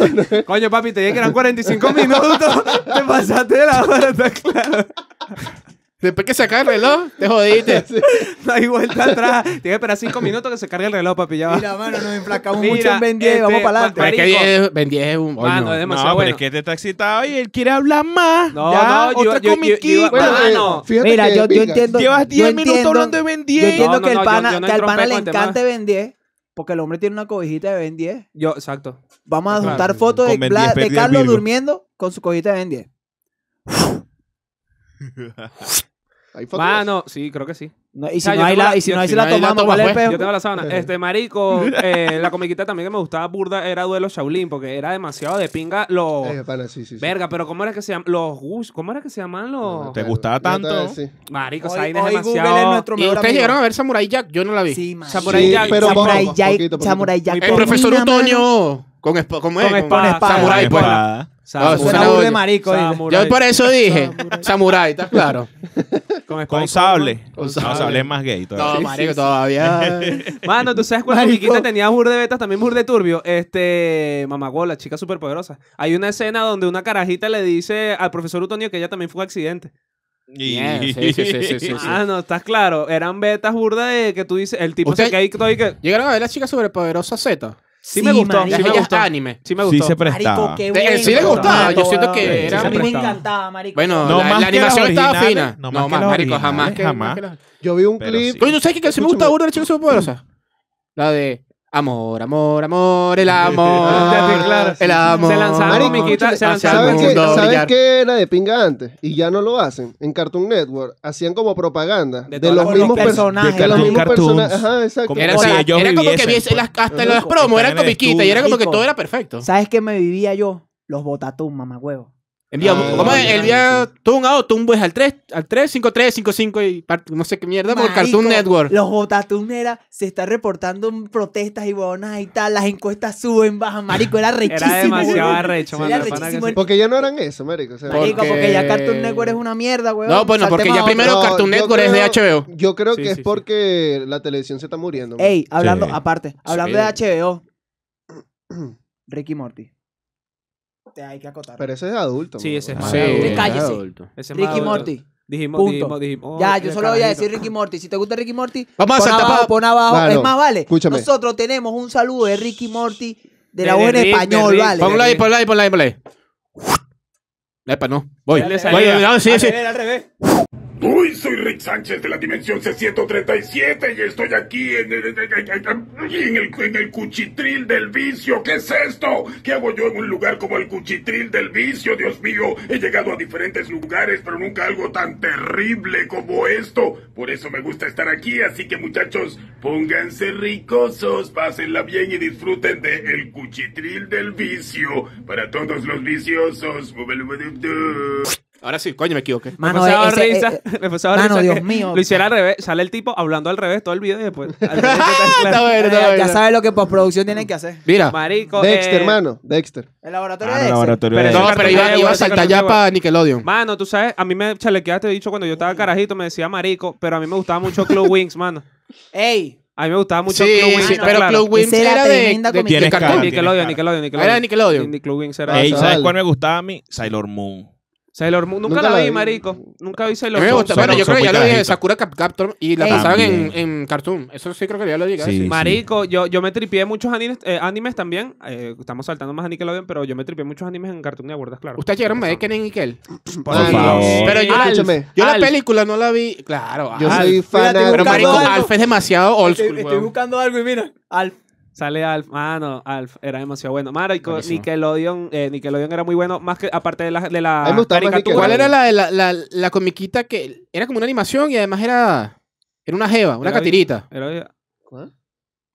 B: Coño, papi, te dije que eran 45 minutos. te pasaste de la hora, está claro.
A: Después que sacas el reloj, te jodiste.
B: No hay vuelta atrás. Tienes que esperar 5 minutos que se cargue el reloj, papi. Ya va.
C: Mira, mano, nos enflacamos
B: Mira,
C: mucho en Ben 10,
B: este,
C: vamos para
A: Pero es
C: adelante.
A: que
B: Marico.
A: 10, Ben 10 es un. Oye,
B: Mano,
A: no.
B: es
E: No,
B: demasiado
E: pero
B: bueno.
E: es que te está excitado y él quiere hablar más.
B: No,
E: Ya,
B: no, yo-
E: otra
B: yo- yo-
E: comiquita.
B: yo iba-
D: Bueno, eh,
B: Mano,
D: fíjate
C: Mira,
D: que,
C: yo, yo
D: venga,
C: entiendo.
E: Llevas 10
C: yo
E: minutos
C: entiendo-
E: hablando de Ben 10.
C: Yo entiendo
B: No, no,
C: que el
B: no, yo-
C: pana,
B: yo no
C: que al
B: entrompe
C: pana le
B: con el tema.
C: encante Ben 10, porque el hombre tiene una cobijita de Ben 10.
B: Yo, exacto.
C: Vamos a
B: Claro,
C: juntar fotos de,
E: con Ben
C: Bla-
E: 10
C: de
E: perdí el
C: Carlos
E: Virgo.
C: durmiendo con su cobijita de Ben 10.
D: hay fotos.
B: Mano, sí, creo que sí.
C: No, y si
B: Ah, yo
C: no hay
B: tengo
C: la,
B: la-
C: y si
A: yo-
C: no hay,
A: si
C: si
A: no
C: la
A: hay, la
C: tomamos,
A: tomas,
C: ¿cuál es el
A: pues.
B: Yo
C: peo?
B: tengo la sábana. Este, marico, eh, la comiquita también que me gustaba burda era Duelo Shaolin, porque era demasiado de pinga los...
D: Eh, pana, sí, sí, sí.
B: Verga, pero ¿cómo era que se llaman? Los... Gus- ¿Cómo era que se llaman
D: No, no,
B: los...?
E: ¿Te
D: claro.
E: gustaba
D: Ya te voy a
E: tanto?
D: decir.
B: Marico,
C: Hoy-
B: esa vaina es
C: hoy Google
B: demasiado...
C: es nuestro
A: Y
C: mejor
A: ustedes
C: amigo.
A: llegaron a ver Samurai Jack, yo no la vi.
C: Sí, man.
B: Samurai
D: Sí,
B: Jack.
D: pero
B: Samurai
D: poco,
C: Samurai Jack,
D: poquito, poquito.
C: Samurai Jack.
A: El profesor
C: Una mano-
A: Otoño con, esp- con,
B: Con
A: eh, con
B: espada.
C: espada.
A: Samurai, pues.
E: Espada.
A: Samurai.
C: Suena
A: Samurai.
C: burro de marico. dice.
B: Samurai. (laughs)
A: Yo por eso dije, Samurai, ¿estás claro?
B: Con, espada
E: Con
B: y forma.
E: sable.
D: Con
E: Con
D: sable.
E: sable es más gay
A: No,
E: todavía.
B: (laughs)
A: marico, todavía.
B: Mano, tú sabes cuál
C: Marico.
B: comiquita tenía burde betas, también burde turbio. Este, Mamagol, la chica superpoderosa. Hay una escena donde una carajita le dice al profesor Utonio que ella también fue un accidente.
E: Y-
A: Bien, sí, sí, sí, sí,
E: (laughs)
A: sí.
B: Mano, estás claro. Eran betas burda de que tú dices, el tipo
A: Usted-
B: se cae y todo y que
A: Llegaron a ver la chica superpoderosa Z.
B: sí, me gustó,
A: Ya
B: sí
A: ella
B: me
A: es
B: gustó.
A: anime.
B: sí me
E: Sí
B: gustó.
E: se prestaba.
C: Marico, qué
A: De-
C: bueno.
A: sí le gustaba, yo
C: Mato,
A: siento
C: weón.
A: que
B: Sí,
A: era-
C: A mí me
B: prestaba.
C: encantaba, marico.
A: Bueno,
E: No
A: la,
E: más
A: la
E: que
A: animación
E: las
A: estaba
E: originales,
A: fina.
E: no
A: No,
E: más que
A: más,
E: las
A: marico, jamás.
E: originales,
A: que- más
E: jamás.
A: que las-
D: Yo vi un
E: Pero
D: clip.
E: sí.
A: Coño, ¿tú sabes que, que sí me gusta
D: Escúchame.
A: una de las chicas superpoderosas? La de Amor, amor, amor,
E: (laughs)
A: el
B: Ya, sí,
A: amor.
B: claro, sí.
A: Ah, el amor.
B: Se lanzaron,
D: Marico,
B: miquita, se
A: escúchame,
B: lanzaron.
D: ¿Sabes
A: Al
D: qué,
A: mundo
D: ¿sabes
A: brillar.
D: qué era de pinga antes? Y ya no lo hacen. En Cartoon Network hacían como propaganda
B: De
D: de,
B: todas
D: los
B: las
D: mismos
C: cosas.
D: personajes.
C: Personajes.
D: De los
E: Cartoon
D: mismos
E: Cartoons.
D: personajes. Ajá, exacto.
E: Como
A: Era,
E: si
A: o sea,
E: ellos
A: era como que
E: viviesen,
A: viese
E: pues.
A: las, hasta
E: Ujú.
A: las promos,
E: Están
A: eran
E: en el
A: comiquitas y era como que
C: estudio.
A: todo era perfecto.
C: ¿Sabes qué me vivía yo? Los botatún, mamagüevo.
A: El día,
D: Ah,
A: ¿cómo es?
D: ya,
A: El día Tung Out, Tung es al 3, al 3, 5, 3, 5, 5 y par- no sé qué mierda por
C: Marico,
A: Cartoon Network.
C: Los botatún era, se está reportando en protestas y huevonas y tal, las encuestas suben, bajan, marico, era rechísimo.
B: Era demasiado
C: weón.
B: arrecho,
C: Sí,
B: mano.
C: era
B: de pana que
C: rechísimo.
B: sí.
D: Porque ya no eran eso, marico. o sea,
C: Marico, porque...
A: Porque-
C: ya Cartoon Network es una mierda, weón.
A: No, bueno, porque
C: Saltemos
A: ya
C: a
A: primero
C: otro.
D: No,
A: Cartoon
D: yo
A: Network es de HBO.
D: Yo creo
B: Sí,
D: que
B: sí,
D: es
B: sí.
D: porque la televisión se está muriendo. man.
C: Ey, hablando,
E: Sí.
C: aparte, hablando de HBO, Ricky Morty. Te hay que acotar.
D: Pero ese es adulto.
B: Sí,
D: man.
B: ese es
D: Ah,
B: más
A: Sí,
B: adulto.
A: es
C: cállese.
A: adulto.
B: Ese es más
C: Ricky
B: adulto.
C: Morty.
B: Dijimos,
C: Punto.
B: dijimos, dijimos.
C: ya,
B: oh,
C: yo
B: el
C: solo voy a
B: carajito.
C: decir Ricky Morty. Si te gusta Ricky Morty,
A: Vamos a
C: pon
A: saltar
C: abajo,
A: pa-
C: pon abajo.
D: Claro,
C: Es más, vale.
D: escúchame.
C: Nosotros tenemos un saludo de Ricky Morty de
B: De-
C: la
B: de
C: voz en
B: Rick, de
C: español,
B: Rick.
C: vale.
B: Pon-
A: Ponlo ahí, ponlo ahí, ponlo ahí, ponlo ahí. Epa, no. Voy.
B: Dale,
A: Voy,
B: salida.
A: no, sí, sí.
H: Hoy soy Rick Sánchez de la dimensión C137 y estoy aquí en el, en el- en el- en el cuchitril del vicio. ¿Qué es esto? ¿Qué hago yo en un lugar como el cuchitril del vicio? Dios mío, he llegado a diferentes lugares, pero nunca algo tan terrible como esto. Por eso me gusta estar aquí, así que muchachos, pónganse ricosos, pásenla bien y disfruten de el cuchitril del vicio. Para todos los viciosos.
A: Ahora sí, coño, me
C: (laughs)
A: equivoqué.
B: Me
C: Mano,
B: pasaba
C: ese-
B: risa.
C: eh,
B: (laughs)
C: eh,
B: me pasaba
C: mano,
B: risa
C: Dios
B: que
C: mío.
B: Lo hiciera al revés. Sale el tipo hablando al revés todo el video y después. al revés,
C: (laughs)
A: (laughs) Está
B: claro.
A: bueno, está
C: ya,
A: bueno.
C: sabes lo que postproducción tienen que hacer.
A: Mira.
B: Marico.
D: Dexter,
B: eh,
D: hermano. Dexter.
C: El laboratorio
E: Ah,
C: de
E: no,
C: ese.
E: laboratorio
B: Pero
E: de-
A: No, pero iba, iba a saltar ya para Nickelodeon.
B: Mano, tú sabes, a mí me chalequeaste, dicho, cuando yo estaba carajito me decía marico, pero a mí me gustaba mucho Club Wings, mano.
C: Ey,
B: A mí me gustaba mucho
A: Sí,
B: Club Wings.
A: sí,
B: está
A: pero
B: claro.
A: Club Wings
C: Esa era
A: era de,
C: tremenda
A: de,
C: comiquita.
A: de
E: Tienes
A: cartón.
E: cara,
B: Nickelodeon, Nickelodeon, Nickelodeon.
A: Era de Nickelodeon.
B: Ni- Club Wings era.
D: Ah,
E: Ey,
B: de-
D: sí.
E: ¿Sabes
D: chaval.
E: cuál me gustaba a mí? Sailor Moon.
B: Sailor Moon, nunca
D: Nunca
B: la
D: la
B: vi,
D: vi.
B: marico. Nunca vi
A: A
B: Sailor
A: mí me
B: Moon.
A: gusta.
E: son-
A: Bueno, yo
E: son
A: creo que ya
E: muy
A: lo dije de
E: carajitas.
A: Sakura Cap Captor y la
C: Ey.
A: pasaban en,
E: También.
A: en Cartoon. Eso sí creo que ya lo dije.
E: Sí.
A: sí.
B: Marico, yo, yo me tripié muchos animes, eh, animes también. eh, estamos saltando más a Nickelodeon, pero yo me tripié muchos animes en Cartoon Network, claro.
A: Ustedes llegaron a ver
B: Razón.
A: Kenan y Kel.
E: Por
D: Mano,
E: favor.
A: Pero yo-
D: escúchame.
A: Yo la
B: Alf.
A: película no la vi. Claro.
D: Yo
A: Alf.
D: soy
C: Fíjate,
D: fanático.
A: Pero marico,
C: buscando algo.
A: Alf es demasiado old
C: estoy,
A: school,
C: estoy
A: weón.
C: buscando algo y mira. Alf.
B: Sale Alf. Ah, no, Alf era demasiado bueno. Marico,
A: Buenísimo.
B: Nickelodeon, eh, Nickelodeon era muy bueno, más que aparte de la, de la
D: A mí me gustaba más
B: caricatura.
A: ¿Cuál
D: Nickelodeon.
A: era la, la, la, la comiquita que era como una animación y además era, era una jeva, una
B: Era-
A: catirita?
B: Era-
D: En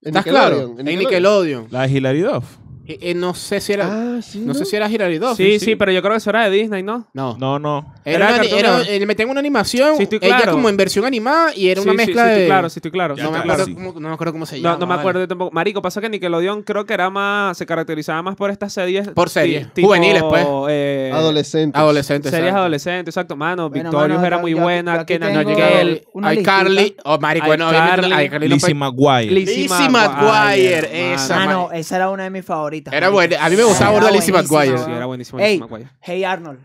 A: ¿Estás claro?
D: Nickelodeon,
A: En Nickelodeon.
E: La de Hilary Duff.
A: Eh, eh, no sé si era,
D: Ah, sí.
A: no sé si era Hilary Duff.
B: sí, sí, pero yo creo que eso era de Disney, ¿no?
A: No.
E: No, no.
A: Era,
B: Era
A: una-
B: cartoon,
A: era-
B: ¿no?
A: eh, le metían una animación,
B: Sí, estoy
A: ella
B: claro.
A: como en versión animada y era
B: Sí,
A: una
B: sí,
A: mezcla
B: sí, estoy
A: de...
B: claro, sí, estoy claro.
E: Ya,
A: no, me
E: claro.
A: acuerdo
E: Sí.
A: cómo, no me acuerdo cómo se
B: No,
A: llama.
B: no me acuerdo
A: vale.
B: tampoco. Marico, pasa que Nickelodeon creo que era más. Se caracterizaba más por estas series.
A: Por
B: ti-
A: series,
B: tipo,
A: juveniles, pues.
B: eh,
D: Adolescente.
A: Adolescente.
B: Series
A: exacto.
B: adolescentes, exacto. Mano,
C: Bueno,
B: Victorious
C: mano,
B: era
C: yo-
B: muy
C: yo aquí- yo
B: buena.
C: aquí
B: Kenan
A: No
C: tengo-
A: llegué.
C: una
A: Hay Carly.
C: listita.
A: Oh, marico, bueno,
B: iCarly,
A: obviamente la- iCarly no
E: Lizzie
A: fue-
E: McGuire.
A: Lizzie McGuire, esa,
B: mano.
C: Mano, Ah, esa era una de mis favoritas.
A: Era
C: marico.
A: buena. A mí me gustaba
C: Era
A: burda Lizzie
C: buenísima,
A: McGuire.
C: weón.
B: Sí, era buenísimo.
C: Ey.
B: Lizzie McGuire.
C: Hey Arnold.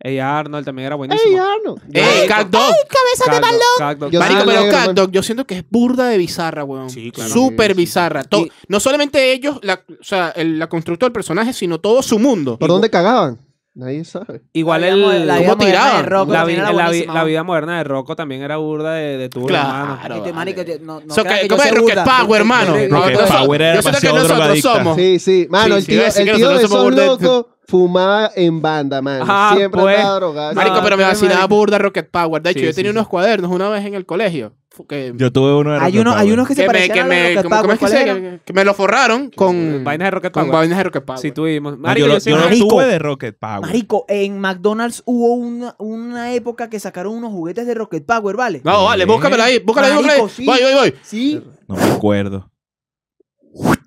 B: Ey, Arnold también era buenísimo.
D: ¡Ey, Arno!
A: ¡Ey, CatDog!
B: cabeza de balón!
D: Yo-
A: Eh, Marico,
D: Dale,
A: pero
D: hermano.
A: CatDog, yo siento que es burda de bizarra, weón.
E: Sí, claro.
A: Súper
D: Sí, sí.
A: bizarra. To- No solamente ellos, la, o sea, el- la constructora del personaje, sino todo su mundo.
D: ¿Por dónde cagaban? Nadie sabe.
B: Igual
C: La
B: el.
C: vida mo- la vida
A: ¿Cómo
C: moderna
A: tiraban?
C: de
B: la, vi-
C: Rocco también era
B: la vi-
C: buenísima,
B: la
C: weón.
B: vida moderna de Rocco también era burda de, de turbo, mano.
A: Claro.
C: Este, marico,
A: vale.
C: yo- no- no
A: So
C: creas
A: que-
C: que yo
A: ¿Cómo es
C: sea
A: Rocket
C: burda.
A: Power, mano?
C: Rocket
A: Nosotros-
E: Power era
A: Yo siento que
E: demasiado
A: nosotros
E: drogadicta.
A: somos.
D: Sí, sí. Mano,
A: Sí,
D: el
A: sí, iba
D: tío,
A: a decir
D: el
A: que
D: tío de
A: nosotros somos burda-
D: esos
A: Ah,
D: locos fumaba en banda, mano.
B: Ajá,
D: Siempre
B: pues.
D: estaba drogado. Ah,
A: Marico,
B: No,
A: pero me
B: pero
A: vacilaba
B: marico.
A: burda Rocket Power. De hecho,
B: Sí,
A: yo
B: sí,
A: tenía
B: sí.
A: unos cuadernos una vez en el colegio. fu- Que,
E: Yo tuve uno de
C: Hay,
E: Rocket
C: uno, hay
E: Power.
C: unos que se
A: que me,
C: parecían
A: que
C: a los
A: me,
C: Rocket
A: como- ¿cómo
C: Power,
A: es que
C: ¿cuál
A: se-
C: era?
A: que- que me lo forraron con
B: Vainas de Rocket
A: con
B: Power.
A: vainas de Rocket Power.
B: Sí, tuvimos.
E: No, yo
B: Marico,
E: lo-
B: yo
E: yo
B: siempre-
E: lo
C: Marico.
E: tuve de Rocket Power.
C: Marico, en McDonald's hubo una, una época que sacaron unos juguetes de Rocket Power, ¿vale?
A: No, vale, búscamelo ahí, búscalo ahí, búscalo ahí.
C: Marico, sí.
A: Voy, voy, voy.
C: Sí.
E: No me acuerdo.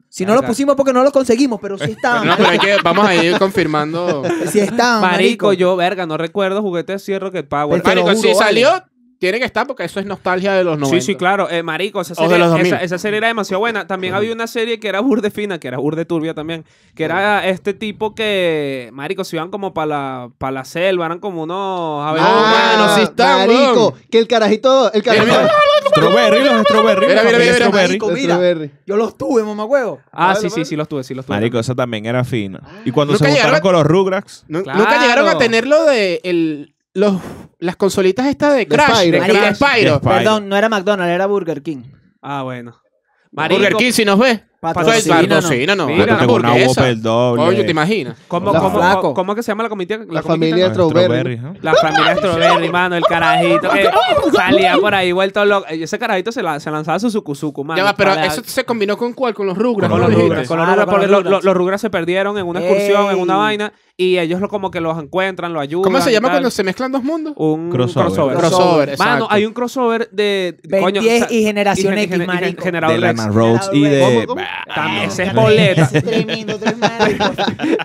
C: Si no los
B: Verga.
C: pusimos porque no los conseguimos, pero sí estaban.
A: No, (laughs) pero hay que, vamos a ir confirmando.
C: Sí estaban,
B: Marico, yo, verga, no recuerdo juguetes así de Rocket Power.
C: Te Pero-
A: Marico,
C: lo
A: si
C: juro, vale.
A: salió, tiene que estar porque eso es nostalgia de los 90.
B: Sí, sí, claro. Eh, marico, esa
A: O de
B: serie,
A: los 2000.
B: esa, esa serie era demasiado buena. También había una serie que era burde fina, que era burde turbia también, que era este tipo que, marico, se iban como para la, pa la selva, eran como unos... A ver,
A: Ah,
B: bueno,
A: mano, sí está,
D: marico,
A: weón.
D: que el carajito, el carajito.
A: mira.
E: Strawberry, los strawberry.
A: Mira, mira,
E: la familia
A: mira, mira,
E: Strawberry.
C: marico. Mira.
D: Strawberry.
C: Yo los tuve, mamá huevo.
B: Ah,
D: Bueno,
B: sí, sí,
D: bueno.
B: sí, los tuve, sí, los tuve.
E: Marico, esa también era fina. Y cuando
A: Nunca
E: se juntaron
A: llegaron-
E: con los Rugrats.
A: Nu-
B: Claro.
A: Nunca llegaron a tener lo de el, los, las consolitas estas de
D: De
A: Crash,
D: Spyro.
A: de
C: Marico,
A: Crash Spyro.
E: Spyro.
C: Perdón, no era McDonald's, era Burger King.
B: Ah, bueno.
A: Burger
B: Marico,
A: King, si nos ves.
C: Patrocínanos.
A: Patrocina, no.
B: Mira,
E: Marico, tengo una
A: hamburguesa.
E: Whopper doble.
A: Coño, ¿te imaginas?
B: ¿cómo,
D: La-
B: cómo,
C: Flaco.
B: cómo- cómo que se llama la comitiva? La,
D: La
B: comitiva?
D: familia
E: Ah,
D: Strawberry.
E: ¿no?
B: La familia Strawberry, mano, el
A: (laughs)
B: carajito que salía por ahí vuelto loco. Ese carajito se, la- se lanzaba su sucuzuku, mano.
A: Ya va, pero
B: para-
A: eso se combinó con cuál? Con los Rugrats.
B: Con
A: ¿no?
B: los
E: Rugrats.
B: Rugrats, con los
C: Claro,
B: Rugrats,
C: con los
B: porque lo-
C: Rugrats.
B: lo- los Rugrats se perdieron en una excursión, en una
C: Ey.
B: vaina, y ellos lo, como que los encuentran, los ayudan.
A: ¿Cómo se
B: y
A: llama
B: tal.
A: cuando se mezclan dos mundos?
B: Un crossover.
E: Crossover.
A: Crossover,
B: Mano,
A: exacto.
B: hay un crossover de...
C: 10
B: sa-
C: y Generación
B: y gen-
C: X,
B: y gen-
C: marico.
E: De
B: Generador Rex.
E: Lana Rhodes y de...
D: ¿Cómo, cómo?
E: Bah,
B: También, ese es
E: no.
B: boleta.
C: Ese es tremendo, tremendo.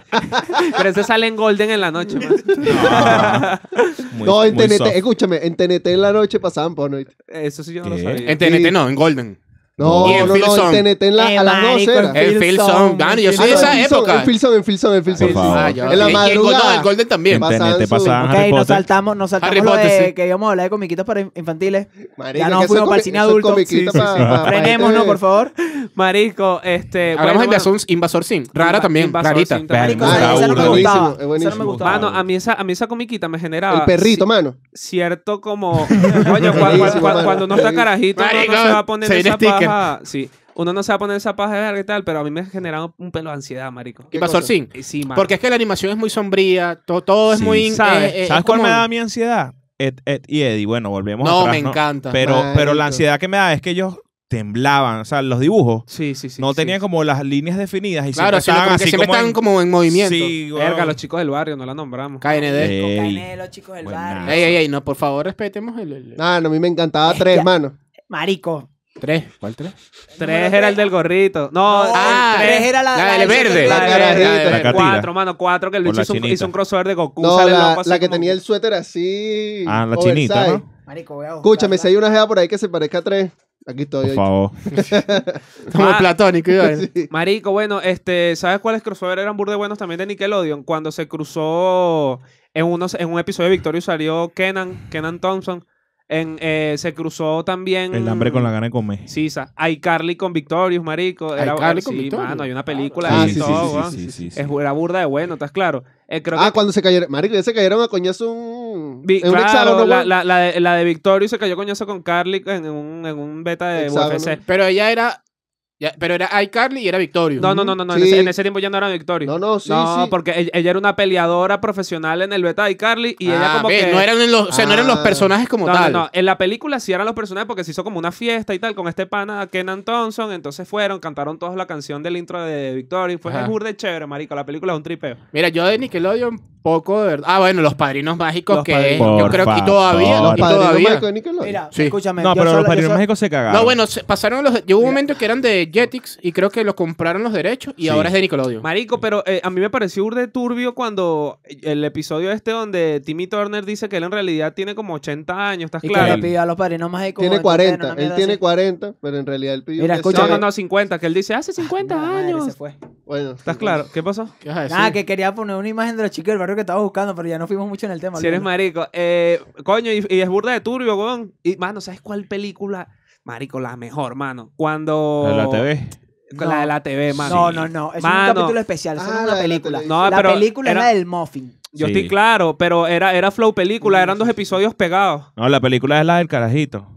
A: (laughs)
B: pero ese sale en Golden en la noche, mano.
E: (laughs) Muy-
D: No, en
E: muy
D: TNT,
E: soft.
D: escúchame, en TNT en la noche pasaban porno.
B: Eso sí yo no lo
E: ¿Qué?
B: sabía.
A: En TNT no, en Golden.
D: No,
A: Y en
D: no, no,
A: Filson.
D: en TNT en la,
C: Eh,
D: a las 12
C: marico,
D: era.
C: en
A: En Phil Song. Mano, yo
D: Ah,
A: soy
D: no,
A: de esa
D: en Filson,
A: época.
D: En Filson, en Filson, en Filson.
E: Por favor.
A: Ah, ya.
D: En la
A: Y- y en Golden-
D: madrugada.
A: en Golden también.
E: En
D: Pasaban
E: TNT
D: su-
E: pasaban Harry
C: ok, nos
E: Potter.
C: saltamos, nos saltamos
A: Harry
C: lo de
A: Potter, sí.
C: que íbamos a hablar de comiquitas para in- infantiles.
D: Marico,
C: Ya
D: que
C: nos
D: eso
C: fuimos
D: es
C: para el
D: comi-
C: cine
D: eso es
C: adulto.
D: comiquita
E: Sí, sí,
D: pa-
E: sí.
A: Ah,
D: pa- pa-
C: Frenémonos,
D: gente-
C: por favor.
B: Marico, este...
A: Hablamos
B: bueno,
A: de
B: mano.
A: Asun- Invasor Sim. Rara
B: Invasor
A: también,
B: Sim
A: rarita.
B: también.
E: Verga,
C: Marico,
E: Ah,
C: esa, esa no me
E: es
D: buenísimo,
C: gustaba.
D: es
C: Esa no me
D: buenísimo.
C: gustaba.
B: Mano, a mí esa, a mí esa comiquita me generaba...
D: El perrito, mano.
B: cierto
E: (laughs)
B: como coño cua- cua-
D: Buenísimo,
B: cua-
D: mano.
B: cuando uno está carajito uno
A: Marico,
B: no se va a poner
A: se viene
B: esa
A: sticker.
B: paja sí uno no se va a poner esa paja de verga y tal pero a mí me generaba un pelo de ansiedad marico
D: ¿Qué
A: Invasor
D: cosa?
A: Sim.
B: Eh, sí mano.
A: Porque es que la animación es muy sombría, to- todo es
E: Sí,
A: muy...
B: ¿sabes?
A: eh, eh,
E: ¿Sabes
A: es
E: cuál
A: como-
E: me da mi ansiedad? Ed, Ed y Eddie. Bueno, volvemos
A: No,
E: atrás,
A: me encanta.
E: Pero, pero
D: Marico.
E: la ansiedad que me da es que ellos temblaban. O sea, los dibujos
B: sí sí sí
E: no
B: sí.
E: tenían como las líneas definidas. Y
A: Claro, o sea,
E: estaban
A: como que siempre están
E: en-
A: como en movimiento.
E: Sí, güey.
B: verga los chicos del barrio no la nombramos
A: KND.
E: Ey.
C: Canelo, chicos del
E: Buena.
C: barrio.
A: Ey, ey, ey, no, por favor, respetemos el... el-
D: Ah, no, a mí me encantaba
C: Es
D: tres,
C: que-
D: mano.
C: Marico.
A: Tres. ¿Cuál tres?
B: tres era el del gorrito no,
C: No,
A: ah,
B: Oh, el
C: tres
B: tres
C: era la,
A: La del verde.
D: la
A: La del
D: carajita.
A: verde.
E: La cartita.
B: cuatro mano cuatro que el
E: Con
B: bicho
E: la
B: hizo, un-
E: chinita.
B: hizo un crossover de Goku
D: No,
B: sale
D: la,
B: loco así
D: la que
B: como-
D: tenía el suéter así.
E: Ah, la
D: oversize.
E: chinita, ¿no?
C: Marico, voy a buscarla.
D: Escúchame, si hay una jeva por ahí que se parezca a tres. Aquí estoy.
E: Por
D: oíste.
E: favor.
A: Como
B: Ah.
A: el platónico. iba a decir.
B: (laughs)
D: Sí.
B: Marico, bueno, este, ¿sabes cuáles crossover eran burde buenos también de Nickelodeon? Cuando se cruzó en, unos, en un episodio de Victorio salió Kenan, Kenan Thompson. En, eh, se cruzó también.
E: El hambre con la gana de comer.
B: Sí, sa- iCarly con Victorious, marico. Era,
A: iCarly con
B: sí,
A: Victorious.
B: mano, hay una película
D: Ah,
B: de
D: sí, sí,
B: todo, weón.
E: sí, sí, sí.
B: Es, era burda de bueno, ¿estás claro? Eh, creo
D: Ah,
B: que.
D: cuando se cayeron. Marico, ya se cayeron a coñazo un.
B: vi-
D: en un
B: claro,
D: hexágono,
B: la,
D: weón.
B: la- la de, la de Victorious se cayó coñazo con Carly en un, en un beta de
D: Hexágono.
B: UFC.
A: Pero ella era... ya- pero era iCarly y era Victorio.
B: No, no, no, no, no, En,
D: Sí.
B: ese, en ese tiempo ya no era Victorious.
D: No, no, sí,
B: No,
D: sí.
B: porque e-, ella, ella era una peleadora profesional en el beta de Carly y ella
A: Ah,
B: como
A: ve,
B: que
A: no eran en los, o sea, no eran los
D: Ah.
A: personajes como
B: no, no,
A: tal.
B: no, en la película sí eran los personajes porque se hizo como una fiesta y tal con este pana Kenan Thompson, entonces fueron, cantaron todos la canción del intro de Victoria, fue
A: Ajá.
B: es burde chévere, marico, la película es un tripeo.
A: Mira, yo de Nickelodeon poco de verdad. Ah, bueno, los padrinos mágicos
B: Los
A: que
B: Padrinos.
A: yo
E: Por
A: creo que y
E: favor.
A: todavía,
E: Los
A: y
D: Padrino
A: todavía.
D: mágico de Nickelodeon.
C: Mira,
A: Sí.
C: escúchame.
E: No,
C: yo
E: pero
C: solo-
E: los
C: yo
E: padrinos
C: solo-
E: mágicos se cagaron.
A: No, bueno, se- pasaron los llegó un momento que eran de Jetix y creo que los compraron los derechos y
E: Sí.
A: ahora es de Nickelodeon.
B: Marico, pero eh, a mí me pareció burde turbio cuando el episodio este donde Timmy Turner dice que él en realidad tiene como 80 años, ¿estás
C: Y que
B: claro?
C: le pidió a los padrinos mágicos.
D: Tiene
C: entonces,
D: 40.
C: una
D: él
C: mierda
D: tiene
C: así.
D: 40, pero en realidad él pidió.
C: Mira,
D: que
C: escucha,
B: No,
D: sea-
B: no, no, 50, que él dice, hace 50
C: Mira, madre,
B: años.
C: se fue.
D: Bueno.
B: ¿Estás claro? ¿Qué pasó?
A: ¿Qué vas a decir?
C: Nada, que quería poner una imagen de los chicos del barrio que estaba buscando, pero ya no fuimos mucho en el tema.
B: Si eres
C: Luna.
B: marico. Eh, coño, y, y es burda de turbio, weón. Y, mano, ¿sabes cuál película? Marico, la mejor, mano. Cuando...
E: De la TV.
B: Con La de la TV, mano.
C: No, no, no. Es
B: Mano.
C: un capítulo especial. Eso
D: Ah,
C: no es
D: la
C: una
D: de la
C: película.
D: televisión.
B: No,
C: la
B: pero
C: película
B: era-
C: es la del muffin.
B: Yo
E: Sí.
B: estoy claro, pero era, era flow película. Eran dos episodios pegados.
E: No, la película es la del carajito.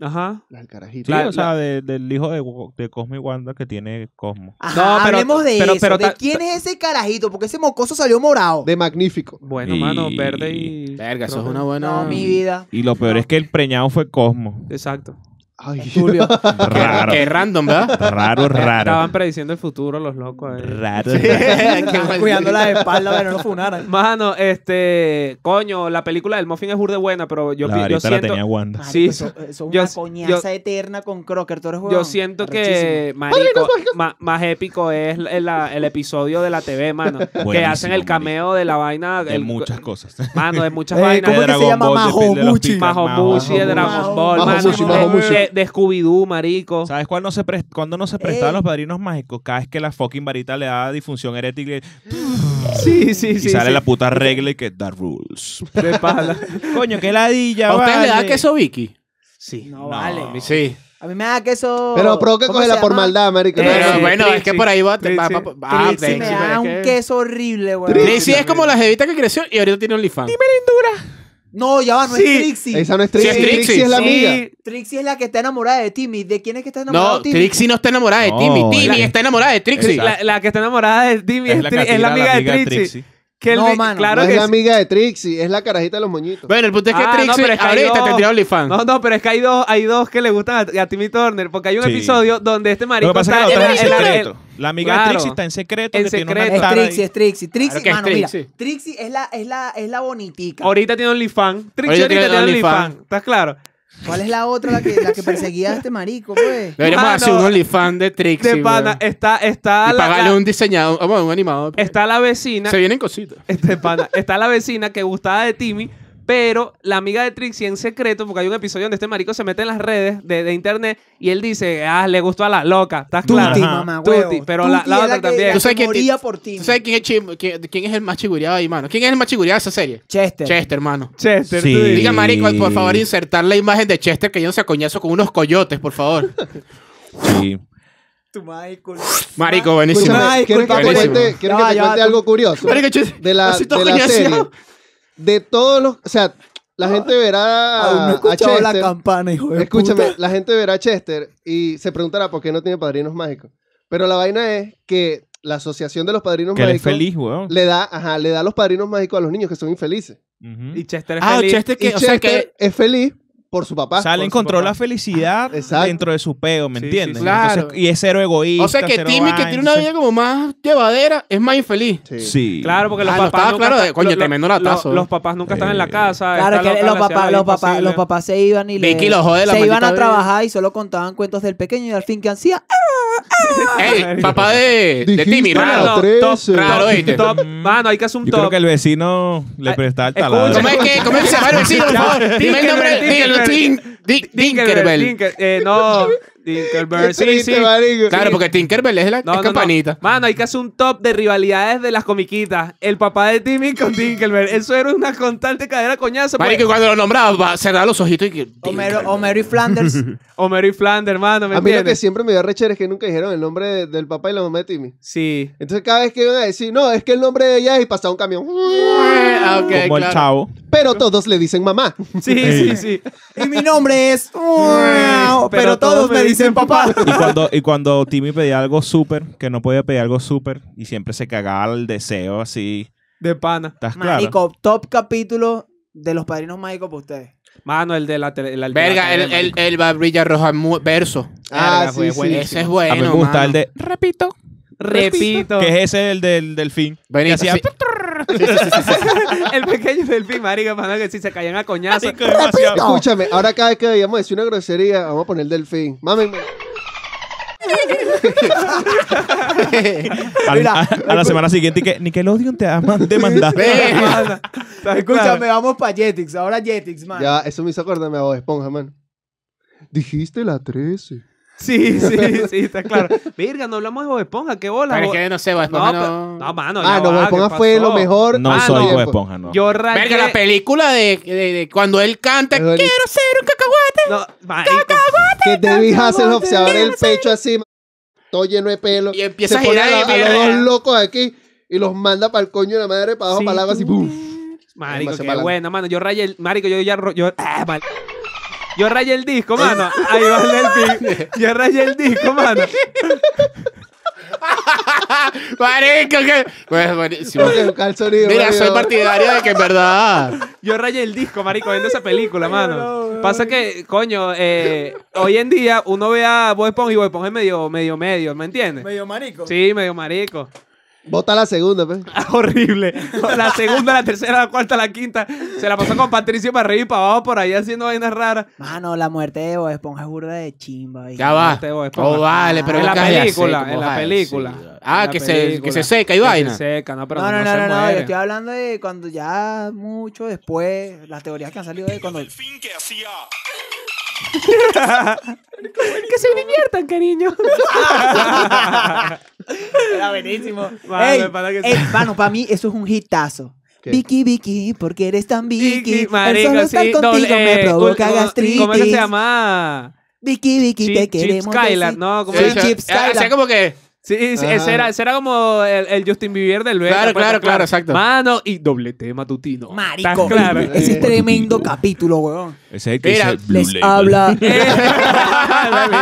B: Ajá.
D: Al carajito.
E: Sí,
B: La-
E: o sea, de- del hijo de, de Cosmo y Wanda que tiene Cosmo.
C: Ajá,
B: pero-
C: hablemos de
B: pero-
C: eso.
B: pero
C: ¿De
B: ta-
C: quién es ese carajito? Porque ese mocoso salió morado.
D: De magnífico.
B: Bueno,
E: Y-
B: mano, verde y...
A: Verga, eso
B: creo
A: es
B: que-
A: una buena.
B: (laughs)
C: No, mi vida.
E: Y lo peor es que el preñado fue Cosmo.
B: Exacto.
D: Ay,
C: Tulio.
E: Raro.
A: Qué random,
E: (laughs)
A: ¿verdad?
E: Raro,
B: Estaban
E: raro.
B: prediciendo el futuro los locos. eh.
E: Raro, (laughs)
A: Sí,
E: raro.
A: qué mal-
C: Cuidando la espalda para que no lo funaran.
B: Mano, este. Coño, la película del Muffin es burde buena, pero yo,
E: La
B: pi- yo
E: varita la
B: siento.
E: tenía Wanda.
C: Marico,
B: Sí,
C: eso, eso es
B: yo-
C: una coñaza eterna con Crocker. Tú eres
B: Yo
C: huevón.
B: siento
C: Arrechísimo.
B: que, marico, ma- más épico es la- la- el episodio de la TV, mano. que
E: Buenísimo,
B: hacen el cameo de la vaina.
E: De
B: el-
E: muchas cosas.
B: Mano, de muchas
C: Eh,
B: vainas.
C: ¿cómo
E: De
C: que se
E: Dragon
C: llama?
E: Ball, de- de los
C: Mahomuchi.
E: picas,
B: Mahomuchi de
E: Mahomuchi.
B: Dragon Ball, mano.
D: Mahomuchi, Mahomuchi.
B: De, de Scooby-Doo, marico.
E: ¿Sabes cuál no se prest- cuándo no se
C: Ey.
E: prestaban los padrinos mágicos? Cada vez que la fucking varita le da difunción herética y,
B: Sí, sí,
E: y
B: sí.
E: sale
B: sí.
E: la puta regla y que dar rules.
B: De pala.
E: Coño, qué ladilla,
A: ¿A usted le da
E: vale.
A: queso Vicky?
B: Sí.
C: No, vale.
A: Sí.
C: A mí me da que eso.
D: (laughs) Pero provoca
C: ¿cómo se
D: cogerla por
C: llama?
D: maldad, marico.
B: Eh,
A: Pero
B: sí,
A: bueno, es
B: Trixie.
A: que por ahí va.
B: Trixie.
A: va- va- va- ah,
C: Trixie me
A: Trixie,
C: da
A: pero
C: un
A: es que-
C: queso horrible, weón.
A: Trixie es como la jevita que creció y ahorita tiene OnlyFans.
C: No, ya va, no
A: Sí.
C: es Trixie.
D: Esa no es
A: Sí,
D: Trixie.
A: es Trixie.
D: Trixie es la
B: Sí,
D: amiga.
C: Trixie es la que está enamorada de Timmy. ¿De quién es que está enamorado
A: No,
C: Timmy?
A: Trixie no está enamorada de
E: No,
A: Timmy.
E: la-
A: Timmy está enamorada de Trixie.
E: Exacto.
B: La, la que está enamorada de Timmy es, Tri- es la,
E: catira,
B: amiga de Trixie. Que el
C: No,
B: vi-
C: mano,
B: claro
D: No
B: que
D: es la
B: sí.
D: amiga de Trixie, es la carajita de los moñitos.
A: Bueno, el punto es que
B: Ah, no,
A: Trixie
B: pero es que hay
A: ahorita
B: dos.
A: tendría OnlyFans.
B: No, no, pero es que hay dos, hay dos que le gustan a, a Timmy Turner, porque hay un
E: Sí.
B: episodio donde este
E: Lo
B: marico
E: que pasa es que
B: está
E: la otra es en
B: en- en- en-
E: secreto. La amiga
B: Claro.
E: de Trixie está en secreto.
B: En
E: que tiene una
B: secreto.
C: Es
E: tara ahí.
C: Trixie, es Trixie. Trixie,
A: que es
C: mano, mira.
A: Trixie.
C: Trixie es la, es la, es la bonitica.
B: ahorita tiene OnlyFans. Trixie
A: Ahorita
B: ahorita
A: tiene
B: tiene
A: OnlyFans.
B: OnlyFans. ¿Estás claro?
C: ¿Cuál es la otra la que, la que perseguía a este
A: (laughs)
C: marico, pues?
A: Deberíamos
B: Mano,
A: hacer un OnlyFans de
B: de
A: Trixie.
B: pana,
A: weón.
B: está, está,
A: Y
B: la,
A: pagarle
B: la-
A: un diseñador, vamos, un animador.
B: está la vecina. (laughs)
A: Se vienen cositas.
B: Este pana, está la vecina que gustaba de Timmy, pero la amiga de Trixie en secreto, porque hay un episodio donde este marico se mete en las redes de, de internet y él dice, ah, le gustó a la loca, ¿estás
C: Tuti,
B: claro?
E: Ajá.
C: mamá, huevo.
B: Tuti, pero la-
C: Tuti
B: la
C: es
B: otra
C: que-
B: también.
C: la
A: Tú sabes
C: que
A: quién-
C: moría por ti.
A: ¿Tú sabes quién es, chim- quién, quién es el más chigureado ahí, mano? ¿Quién es el más chigureado de esa serie?
C: Chester.
A: Chester, mano.
B: Chester,
E: Sí.
B: tú dices.
A: Diga, marico, por favor, insertar la imagen de Chester que yo no se coñazo con unos coyotes, por favor.
E: Sí.
C: Tu Michael.
A: Marico, buenísimo.
C: Escúchame. Ay,
D: ¿Quieres que te
A: disculpa,
D: cuente,
A: buenísimo.
C: Ya
D: quiero que
C: va,
D: te
C: ya va,
D: cuente
C: tú-
D: algo curioso?
A: Marico, Chester,
D: De la,
A: así todo
D: de la
A: coñaseado.
D: serie. De todos los. O sea, la gente verá a,
C: Aún no he
D: a
C: Ah, escuchado
D: Chester.
C: la campana, hijo de
D: Escúchame,
C: puta.
D: la gente verá a Chester y se preguntará por qué no tiene padrinos mágicos. Pero la vaina es que la asociación de los padrinos
E: Que él es
D: mágicos
E: feliz, weón.
D: le da, ajá, le da los padrinos mágicos a los niños que son infelices.
E: Ujú.
B: Y Chester es
A: Ah,
B: feliz.
A: Chester que,
D: y
A: o sea
D: Chester
A: que...
D: es feliz por su papá.
E: Sale
B: por
E: encontró
B: Ah, su
E: la
B: papá.
E: felicidad
D: Exacto.
E: dentro de su peo,
B: Sí,
E: ¿me
B: sí,
E: entiendes?
B: sí.
A: Claro.
E: Entonces, y es cero egoísta.
A: O sea que
E: cero
A: Timmy, que
E: vaina,
A: tiene una vida como más llevadera, es más infeliz.
D: Sí.
E: Sí.
B: Claro, porque los
A: Ah, no,
B: papás.
A: estaba
B: nunca
A: claro de-
B: están-
A: coño,
B: lo- lo-
A: tremendo latazo.
B: lo- Los papás nunca están en la
E: Eh.
B: casa.
C: Claro,
B: esta loca
C: que los
B: le hacía
C: papás,
B: lo
C: los, papás,
B: imposible.
C: los papás se iban y le,
A: Vicky lo jode la
C: se iban
A: maldita
C: a
A: vida.
C: trabajar y solo contaban cuentos del pequeño y al fin que hacía
A: Ey, papá de, de
D: Dijiste
A: Timmy,
D: a
A: raro.
D: la
B: top,
D: 13.
A: raro, ¿viste?
B: Top, mano, hay que hacer un
E: Yo creo
B: top.
E: que el vecino le prestaba el
B: escúchame.
E: taladro.
A: ¿Cómo es que, cómo es
B: (laughs)
A: que se llama el vecino, por favor? Dime el nombre.
B: Tinkerbell,
A: Dinkel- Din-
B: Tinkerbell.
A: Dinkerbell.
B: Tinker- eh, no, Tinkerbell.
A: (laughs)
D: Qué
B: Sí,
D: triste,
B: sí.
D: marico.
A: Claro, porque Tinkerbell es la
B: No,
A: es
B: no, no.
A: campanita.
B: Mano, hay que hacer un top de rivalidades de las comiquitas. El papá de Timmy con Tinkerbell. Eso era una constante cadera coñazo. pues.
A: Marico, y cuando lo nombraba, va, cerraba los ojitos y que.
C: Homero, Homero y Flanders.
B: Homero y Flanders, hermano, ¿me
D: A mí lo que
B: entiendes?
D: siempre me dio rechera es que nunca dijeron el nombre de- del papá y la mamá de Timmy.
B: Sí.
D: Entonces cada vez que iban a decir, no, es que el nombre de ella es y pasaba un camión.
A: Ah, ok,
E: (laughs) Como el
A: claro.
E: chavo.
D: Pero todos le dicen mamá.
B: Sí, sí, sí.
C: y mi nombre es. pero, todos me dicen
A: (laughs)
C: papá. (laughs)
E: Y cuando, y cuando Timmy pedía algo súper, que no podía pedir algo súper, y siempre se cagaba el deseo así.
B: De pana.
E: ¿Estás claro?
C: Marico, top capítulo de los padrinos mágicos para ustedes.
B: Mano, el de la tele. el de la
A: Verga, el,
B: cadena.
A: el, el Barbrilla Roja mu- verso.
D: Ah,
B: Verga,
D: sí,
B: fue
E: pues,
D: sí.
B: buenísimo.
A: Ese es
E: a
A: bueno.
E: mí me gusta
A: mano.
E: el de repito,
B: Repito.
E: que es ese el del delfín.
A: Bueno,
E: Que
A: y
E: hacía
A: sí.
B: (laughs) el pequeño delfín, marica, mano, que si se caían a coñazo.
E: marico, demasiado.
D: Escúchame, ahora cada vez que veíamos decir una grosería, vamos a poner el delfín. Mámenme.
A: (laughs)
E: Al-
C: Mira,
E: a, a la semana siguiente y que Nickelodeon te ha man- demandado.
B: (laughs)
A: Verga.
C: Escúchame, vamos para Jetix. Ahora Jetix, man.
D: Ya, eso me hizo acordarme a vos, Esponja, mano. Dijiste la 13.
B: Sí, sí, sí, está claro. Verga, no hablamos de Bob Esponja, qué bola.
A: Pero es
B: Bob-
A: que no sé, va,
B: no,
A: no,
B: pero- no, mano,
D: ah,
B: ya
D: no,
B: va,
D: Bob Esponja
B: ¿qué
D: fue
B: pasó?
D: lo mejor.
E: No
D: Ah,
E: soy
D: no.
E: Bob Esponja, no.
B: Yo rayé.
A: Verga, la película de, de- de cuando él canta.
D: Es buenísimo.
A: Quiero ser un cacahuate.
B: No, marico.
D: Que David Hasselhoff se abre el pecho así, ma- todo lleno de pelo.
A: Y empieza a
D: se
A: girar
D: pone
A: y
D: a,
A: mierda.
D: los dos locos aquí y los manda para el coño de la madre, para abajo,
B: Sí,
D: para el agua, así.
B: tú-
D: ¡pum!
B: Marico,
D: Demasiado
B: qué
D: pa'lante.
B: buena, mano. Yo rayé el. Marico, yo ya. ro- Yo, ah, mal- yo rayé el disco,
D: (laughs)
B: mano. Ahí va el delfín. Yo rayé el disco, mano.
A: Marico, que. Bueno,
E: (laughs)
A: buenísimo.
D: Tengo que buscar el sonido,
A: Mira,
D: marico.
A: soy partidario de que en verdad.
B: Yo rayé el disco, marico, viendo esa película, mano. Pasa que, coño, eh, hoy en día uno ve a Bob Esponja y Bob Esponja es medio, medio, medio, ¿me entiendes?
C: Medio marico.
B: Sí, medio marico. (laughs)
D: Bota la segunda, pues.
B: Horrible. La segunda, la tercera, la cuarta, la quinta. Se la pasó con Patricio para arriba y para abajo por ahí haciendo vainas raras.
C: Mano, la muerte de Bob Esponja es burda de chimba.
A: Ya va.
B: Este Bob Esponja.
A: Oh, vale, pero
B: En la
A: ¿qué haces así,
B: película,
A: como
B: en la
A: joder?
B: película.
A: Sí. Ah,
B: En la
A: que se, que
B: película.
A: se seca y
B: Que
A: vaina.
B: Se seca, no, pero
C: no,
B: no,
C: no,
B: se
C: no, no,
B: muere.
C: yo estoy hablando de cuando ya mucho después, las teorías que han salido de cuando...
F: fin que hacía.
B: Que se diviertan, (laughs) cariño.
C: Era buenísimo.
B: Mano,
C: Ey,
B: para que-
C: ey, mano, para mí eso es un hitazo.
D: ¿Qué?
C: Vicky, Vicky, porque eres tan Vicky. El
B: marico,
C: solo estar
B: sí,
C: contigo
B: doble-
C: me
B: eh,
C: provoca
B: ¿cómo-
C: gastritis.
B: ¿Cómo es que se llama?
C: Vicky, Vicky,
B: Chi-
C: te
B: Chip
C: queremos.
B: Skylar,
C: decir.
B: ¿no? ¿Cómo
A: Sí,
C: Sí,
B: se llama?
C: Chip
A: ah,
C: Skylar.
A: Hacía como que.
B: Sí, sí, ese,
D: Ah.
B: era, ese era como el, el Justin Bieber del verga.
A: Claro,
B: pues,
A: claro,
B: ¿estás
A: claro, exacto.
B: Mano, y doble tema tutino.
C: Marico,
B: claro? (laughs)
C: ese es tremendo capítulo, weón.
E: Ese es el que
A: Mira,
E: dice Blue
C: Les
E: Label.
B: (laughs)
C: habla.
B: Eh,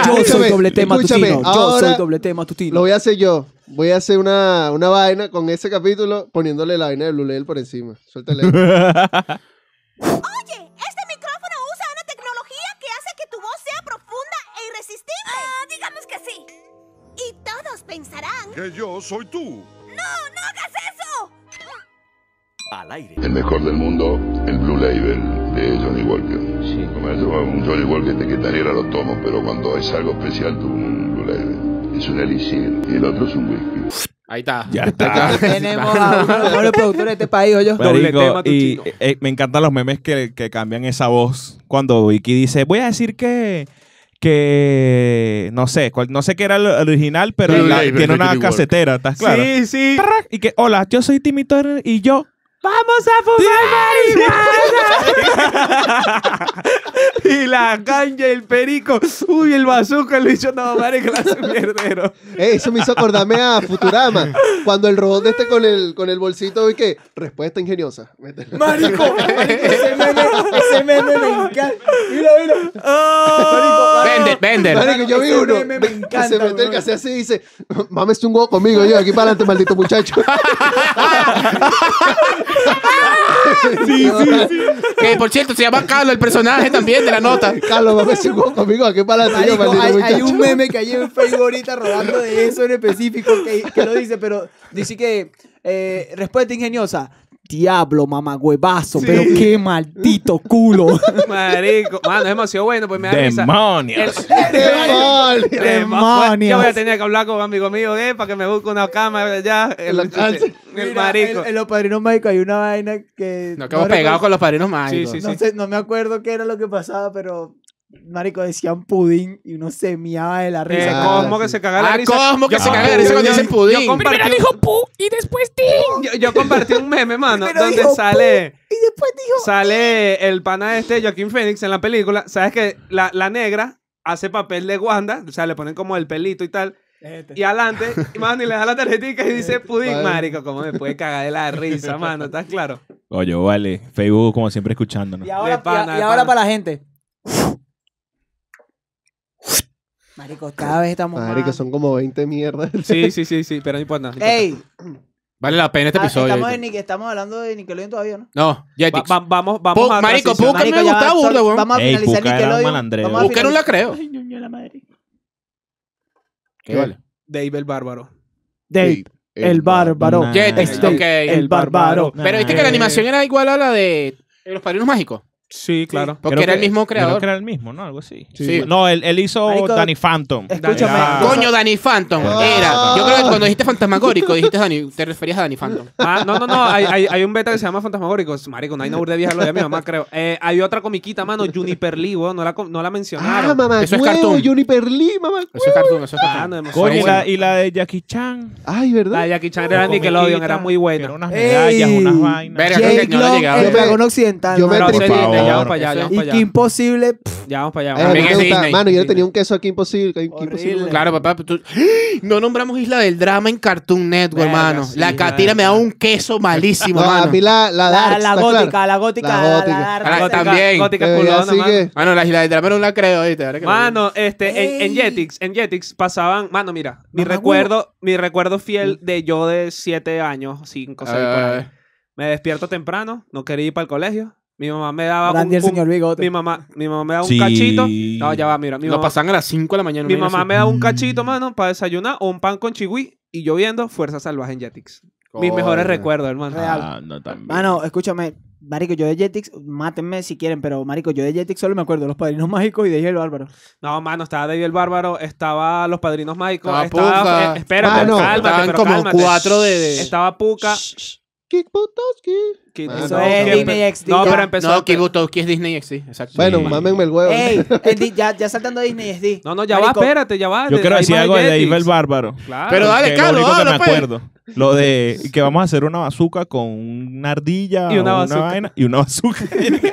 C: Yo soy
D: Escúchame,
C: doble tema
D: escúchame,
C: tutino. Yo
D: ahora
C: soy doble tema
D: Lo
C: tutino.
D: voy a hacer yo. Voy a hacer una, una vaina con ese capítulo poniéndole la vaina de Blue Label por encima.
A: (laughs)
D: Suéltale.
G: Oye, este micrófono usa una tecnología que hace que tu voz sea profunda e irresistible. Ah, digamos que sí. Y todos pensarán...
F: Que yo soy tú.
G: ¡No, no hagas eso!
I: El mejor del mundo, el Blue Label de Johnny Walker. Sí. un Johnny Walker te quedaría los tomos, pero cuando es algo especial, tú un Blue Label. Es un elixir y el otro es un whisky.
A: Ahí está. (laughs)
E: Ya está.
C: (laughs) Tenemos
E: (laughs)
C: a uno de los mejores productores de este país, yo.
E: Marico,
B: tema
E: y
B: tutino.
E: eh, me encantan los memes que, que cambian esa voz cuando Vicky dice, voy a decir que, que no sé, cual- no sé qué era el original, pero
A: Blue
E: la-
A: Label
E: tiene
A: de
E: una
A: Johnny Walker.
E: casetera, ¿estás claro?
B: Sí, sí.
E: Tarrac, Y que, hola, yo soy Timmy Turner
A: (laughs)
E: y yo...
B: ¡Vamos a fumar marihuana! (laughs) y la cancha, el perico. Uy, el bazooka, el bicho. No, marico, la hace mierdero.
D: Eh, eso me hizo acordarme a Futurama. Cuando el robot de este con el, con el bolsito vi que respuesta ingeniosa.
C: Marico, ese meme, (laughs) ese meme me encanta. Mira, mira.
B: ¡Oh!
A: Vender, vender.
D: Marico, yo vi
C: Ese
D: uno
C: meme me
D: que
C: encanta,
D: se mete el
C: weón.
D: cassette así y dice, mames un huevo conmigo yo, aquí para adelante,
A: (laughs)
D: maldito muchacho.
A: Que por cierto, se llama Carlos el personaje también de la nota.
D: Carlos, mames un huevo conmigo, aquí para adelante, yo,
C: Marico,
D: maldito
C: hay,
D: muchacho.
C: hay
D: (laughs)
C: un meme que hay en Facebook ahorita rodando de eso en específico que, que lo dice, pero dice que eh, respuesta ingeniosa. Diablo, mamagüevazo, pero qué maldito
D: (laughs)
C: culo.
B: Marico. Mano, es demasiado bueno, pues me da risa.
E: ¡Demonios!
D: ¡Demonios!
C: Demonios.
B: Eh, Yo voy a tener que hablar con un amigo mío, eh, para que me busque una cámara ya. El,
D: Lo alce.
B: el
C: Mira,
B: marico.
C: En, en los padrinos mágicos hay una vaina que.
A: Nos quedamos
C: no
A: pegados con
C: recuerdo-
A: los padrinos mágicos.
B: Sí, sí,
C: No, sé, no me acuerdo qué era lo que pasaba, pero. Marico, decían pudín y uno se miaba de la
B: Eh,
C: risa.
D: Ah,
B: Cosmo que
D: sí.
B: se caga la
A: Ah,
B: risa.
A: Cosmo que
B: Yo-
E: se caga la
A: risa cuando
B: yo-
A: dicen
B: yo
A: pudín.
B: compartí un-
G: y después Tim.
B: yo, yo compartí un meme, mano,
C: Primero
B: donde
C: dijo,
B: sale,
C: Y después dijo.
B: sale el pana este, Joaquín Phoenix, en la película. Sabes que la, la negra hace papel de Wanda, o sea, le ponen como el pelito y tal. Y adelante, y, mano, y le da la tarjetita y dice pudín,
D: Vale.
B: marico, cómo me puede cagar de la risa, mano, ¿estás claro?
E: Oye, vale, Facebook como siempre escuchándonos.
C: Y ahora,
B: De pana,
C: y- y
B: de
C: ahora
B: pana.
C: para la gente. Marico, cada vez estamos
D: Marico,
C: más...
D: son como 20 mierdas.
B: Sí, sí, sí, sí, pero no importa. no importa.
C: Ey,
A: Vale la pena este
C: ah,
A: episodio.
C: estamos, en
A: ¿viste?
C: Nic- estamos hablando de Nickelodeon todavía, ¿no?
A: No,
B: Va-
A: Jetix.
B: va- vamos, vamos
A: Pu-
B: a
A: marico,
B: transicionar.
A: Pucca me
C: Marico, ya
A: gustaba
C: va,
A: burda,
C: solo-
A: weón.
C: Vamos a
E: Ey,
C: finalizar
E: Pucca era un
C: Nickelodeon.
E: malandreo.
C: vamos a
A: Buscar un
C: finalizar-
A: lacreo.
C: Ay, ñoño de la madre.
A: Que vale.
B: Dave el Bárbaro.
C: Dave, el bárbaro.
B: Ah,
E: Nah.
A: Jetix,
C: Este-
A: ok.
C: El bárbaro.
A: Pero viste
E: Eh,
A: que la animación era igual a la de de los padrinos mágicos.
B: Sí, claro.
A: Porque
E: Creo
A: era el
E: que-
A: mismo
E: Creo que
A: creador.
E: era el mismo, ¿no? Algo así.
A: Sí.
E: No, él, él hizo
C: Marico,
E: Danny Phantom.
C: Escúchame.
E: Era-
C: yo-
A: Coño, Danny Phantom.
D: Ah.
A: Era. Yo creo que cuando dijiste fantasmagórico, dijiste Danny, te referías a Danny Phantom.
B: Ah, no, no, no. Hay, hay, hay un beta que se llama Fantasmagóricos. Marico, no hay una burda de vieja, lo de mi mamá, creo. Eh, hay otra comiquita, mano, Juniper Lee, weón, no la, com- no la mencionaron.
D: Ah, mamá,
A: Eso es
D: huevo,
A: cartoon.
D: Juniper Lee, mamá.
A: Eso es cartoon, eso es
B: Ah, no,
A: cartoon.
B: demasiado
E: Coño, y
B: buena.
E: la, y la de Jackie Chan.
D: Ay, ¿verdad?
B: La de Jackie Chan era de
E: Comiquita,
B: Nickelodeon, era muy
E: que Era
B: buena.
E: unas medallas,
C: Ey.
E: unas vainas.
A: Verga, creo que
C: Jake
A: no le
C: Long,
A: llegaba.
D: Yo
C: el
D: me-
C: dragón occidental.
D: yo me
C: mano.
B: Pero
D: Por
B: se-
E: favor.
B: allá,
E: favor.
B: vamos para allá, ya vamos
C: Y
B: para
C: que
B: allá.
C: imposible. pff,
B: Ya vamos para
D: Ay,
B: allá.
D: ¿no
B: Amiga,
A: es
D: te Eh, gusta?
A: Disney.
D: Mano, yo le tenía un queso aquí imposible. que hay un que imposible.
C: Horrible.
A: Claro, papá, pero tú... No nombramos Isla del Drama en Cartoon Network,
B: Verga,
A: hermano.
B: sí,
A: la
B: verga.
A: Catira me da un queso malísimo,
D: No, a
A: mano.
D: mí la,
C: La,
D: la, Darks,
C: la
D: ¿está
C: gótica,
D: claro?
C: la gótica,
D: La
C: la la
D: gótica.
C: dark.
A: Ah,
B: gótica-
A: también.
B: gótica
D: Eh,
B: culona,
D: así
B: mano.
D: que-
A: Mano, la Isla del Drama no la creo, ¿viste? Ahora que lo digo.
B: Mano, este, en, en
C: Ey.
B: Jetix, en Jetix pasaban, mano, mira, mi
C: Mamá,
B: recuerdo, mi recuerdo fiel de yo de 7 años, 5, 6
A: A ver,
B: por
A: a
B: ahí.
A: ver.
B: Me despierto temprano, no quería ir para el colegio. Mi mamá me daba un,
C: Brandy el
B: un-
C: señor
B: mi
C: bigote.
B: mamá, mi mamá me daba un
E: Sí.
B: cachito. No, ya va, mira, mi
A: Lo
B: mamá,
A: pasan a las 5 de la mañana.
B: mi
A: una vaina
B: mamá
A: así.
B: me
C: Mm.
B: daba un cachito, mano, para desayunar o un pan con chihui y yo viendo Fuerza Salvaje en Jetix. Mis mejores
A: Coño.
B: recuerdos, hermano.
E: Ah, no, también.
C: Mano, escúchame. Marico, yo de Jetix, mátenme si quieren, pero Marico, yo de Jetix solo me acuerdo de los padrinos (laughs) mágicos y de Hielo Álvaro.
B: No, mano, estaba David el Bárbaro, estaba Los Padrinos Mágicos,
A: Estaba
B: estaba...
A: Puka.
B: eh, espérate,
C: Ah,
D: Mano,
B: cálmate,
A: Estaban
B: pero
A: como
B: cálmate.
A: cuatro de... de-
B: Estaba Puka,
D: Kick Butowski.
B: que-
D: Ah,
C: Eso
D: no,
C: es
D: que-
C: Disney XD.
B: No,
C: ya.
B: pero empezó.
A: No, que Butowski es Disney, sí, exacto.
D: Bueno,
E: Sí.
D: mámenme el huevo. (laughs)
C: Ey, en Di- ya, ya saltando a Disney XD.
B: No, no, ya
C: Marico,
B: va, espérate, ya va.
E: Yo
B: de-
E: quiero
B: hay
E: decir
B: más
E: algo de
B: Jetix.
E: Dave el Bárbaro.
B: Claro.
A: Pero dale,
E: que
A: Carlos,
E: lo único que me
A: habla, pues.
E: acuerdo. Lo de que vamos a hacer una bazuca con una ardilla
B: Y una
E: o
B: bazooka.
E: vaina y una (laughs) bazuca.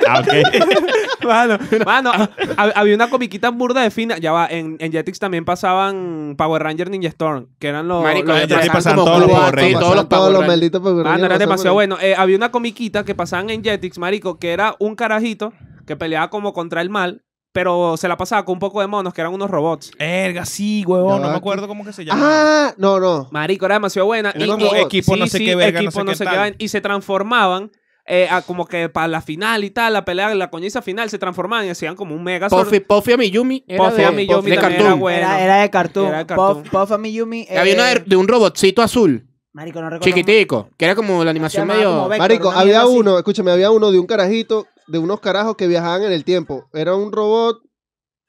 E: ah, ok.
B: Mano, mano, ah, hab- había una comiquita burda de fina. Ya va, en, en Jetix también pasaban Power Ranger Ninja Storm, que eran los.
A: Marico,
B: los de
A: ya te
B: pasaban
E: pasaban
B: como
E: todos los
B: cuatro.
E: Power Rangers.
D: Todos los, todos los
A: Rangers.
D: malditos Power
B: Mano,
D: Rangers
B: era
D: pasaron
B: demasiado
D: por ahí.
B: bueno. Eh, había una comiquita que pasaban en Jetix, marico, que era un carajito que peleaba como contra el mal, pero se la pasaba con un poco de monos, que eran unos robots.
E: Verga, sí, huevón.
D: Ya
E: No
D: va,
E: me acuerdo cómo que se llama.
D: Ah, no, no.
B: Marico, era demasiado buena.
E: Era
B: Y-
E: como
B: y-
E: equipo no sé qué verga, no
B: equipo
E: sé qué tal.
B: vaina. Y se transformaban eh, a como que para la final y tal, la pelea, la coñiza final, se transformaban y hacían como un mega
A: Puffy, Puffy a Miyumi. era
B: Puffy
A: de-
B: a Miyumi
A: de
B: también
A: Cartoon.
B: era bueno.
C: Era, era de cartoon.
B: Era de cartoon.
C: Puff, Puff a Miyumi. eh,
A: Había una er- de, de un robotcito azul,
C: Marico, no recuerdo.
A: chiquitico, que era como la animación
C: llamaba
A: medio...
C: como Vector,
D: Marico,
C: una
D: había
C: mierda así.
D: uno, escúchame, había uno de un carajito, de unos carajos que viajaban en el tiempo. Era un robot,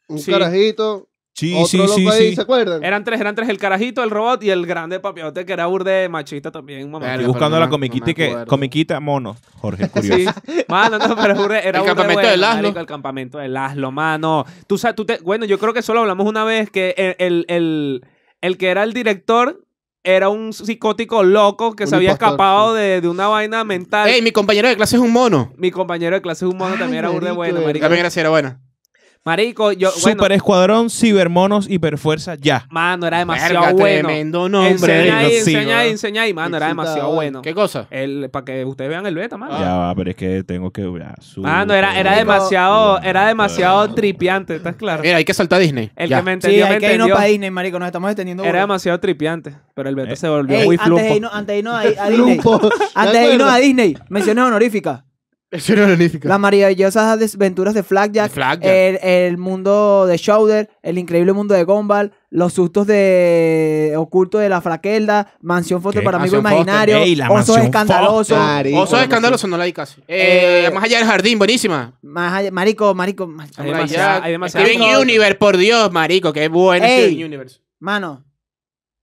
D: un
B: Sí.
D: carajito,
E: Sí,
D: otro
E: sí,
D: loco
E: sí,
D: ahí,
E: sí.
D: ¿se acuerdan?
B: Eran tres, eran tres, el carajito, el robot y el grande papiote que era burde machista también, mamá.
A: Verga.
E: Estoy
A: pero
E: buscando
A: no
E: la
A: me-
E: comiquita
A: no me
E: y que.
A: acuerdo.
E: Comiquita mono. Jorge
B: Sí.
E: Curioso.
B: Mano, no, pero burde- era
A: El
B: burde
A: campamento
B: bueno,
A: del Aslo.
B: marico, el campamento del Aslo, mano. Tú sabes, tú te, bueno, yo creo que solo hablamos una vez que el, el, el- el que era el director era un psicótico loco que
D: Un
B: se había
D: impostor,
B: escapado de, de una vaina mental.
A: Ey, mi compañero de clase es un mono.
B: Mi compañero de clase es un mono
D: Ay,
B: también era burde
D: marico,
B: bueno,
D: de
B: marico.
A: También gracias, era buena.
B: Marico, yo, bueno,
E: Super Escuadrón, Cibermonos, Hiperfuerza, ya.
B: mano, era demasiado
A: Verga,
B: bueno.
A: tremendo nombre.
B: enseña ahí,
E: marico, sí,
B: enseña ahí,
E: ¿verdad?
B: enseña ahí, mano, era
D: Excitado.
B: demasiado bueno.
A: ¿Qué cosa?
B: El, para que ustedes vean el beta, mano.
E: Ya va, pero es que tengo que. Ah,
B: Mano, Ah. era, era
E: Super-
B: demasiado, era demasiado
E: Super-
B: tripiante, ¿estás claro?
A: Mira, hay que saltar a Disney.
B: El
A: Ya.
B: que me
C: Sí,
B: entendió, me
C: hay que irnos
B: entendió.
C: para Disney, marico. Nos estamos deteniendo.
B: Era
C: burda.
B: demasiado tripiante, pero el Beto
E: Eh.
B: se volvió
C: Ey,
B: muy
C: antes de
B: flupo.
C: irnos, antes de irnos a, a Disney.
D: (laughs) Lupo, ¿te
C: Antes de irnos a
D: acuerdas?
C: Disney. Menciones honoríficas.
A: (laughs) Eso era magnífico.
C: Las maravillosas desventuras de Flapjack.
A: Flapjack.
C: El, el mundo de Shouder, el increíble mundo de Gumball, los sustos de oculto de la fraquelda, Mansión Foster
E: ¿Qué?
C: para amigo
A: Mansión Foster.
C: imaginario,
E: Ey, la
C: osos
E: Mansión
C: escandalosos,
D: Marico,
A: Oso
D: no
A: de
D: sé.
A: escandaloso no la di casi. Eh,
C: Eh,
A: más allá del jardín, buenísima.
C: más allá- marico, marico, mar-
B: Hay
A: Por
B: demasiada-
A: allá.
B: hay demasiada
A: Steven
B: cosa.
A: Universe, por Dios, marico, qué bueno
C: Ey.
A: Steven Universe.
C: mano,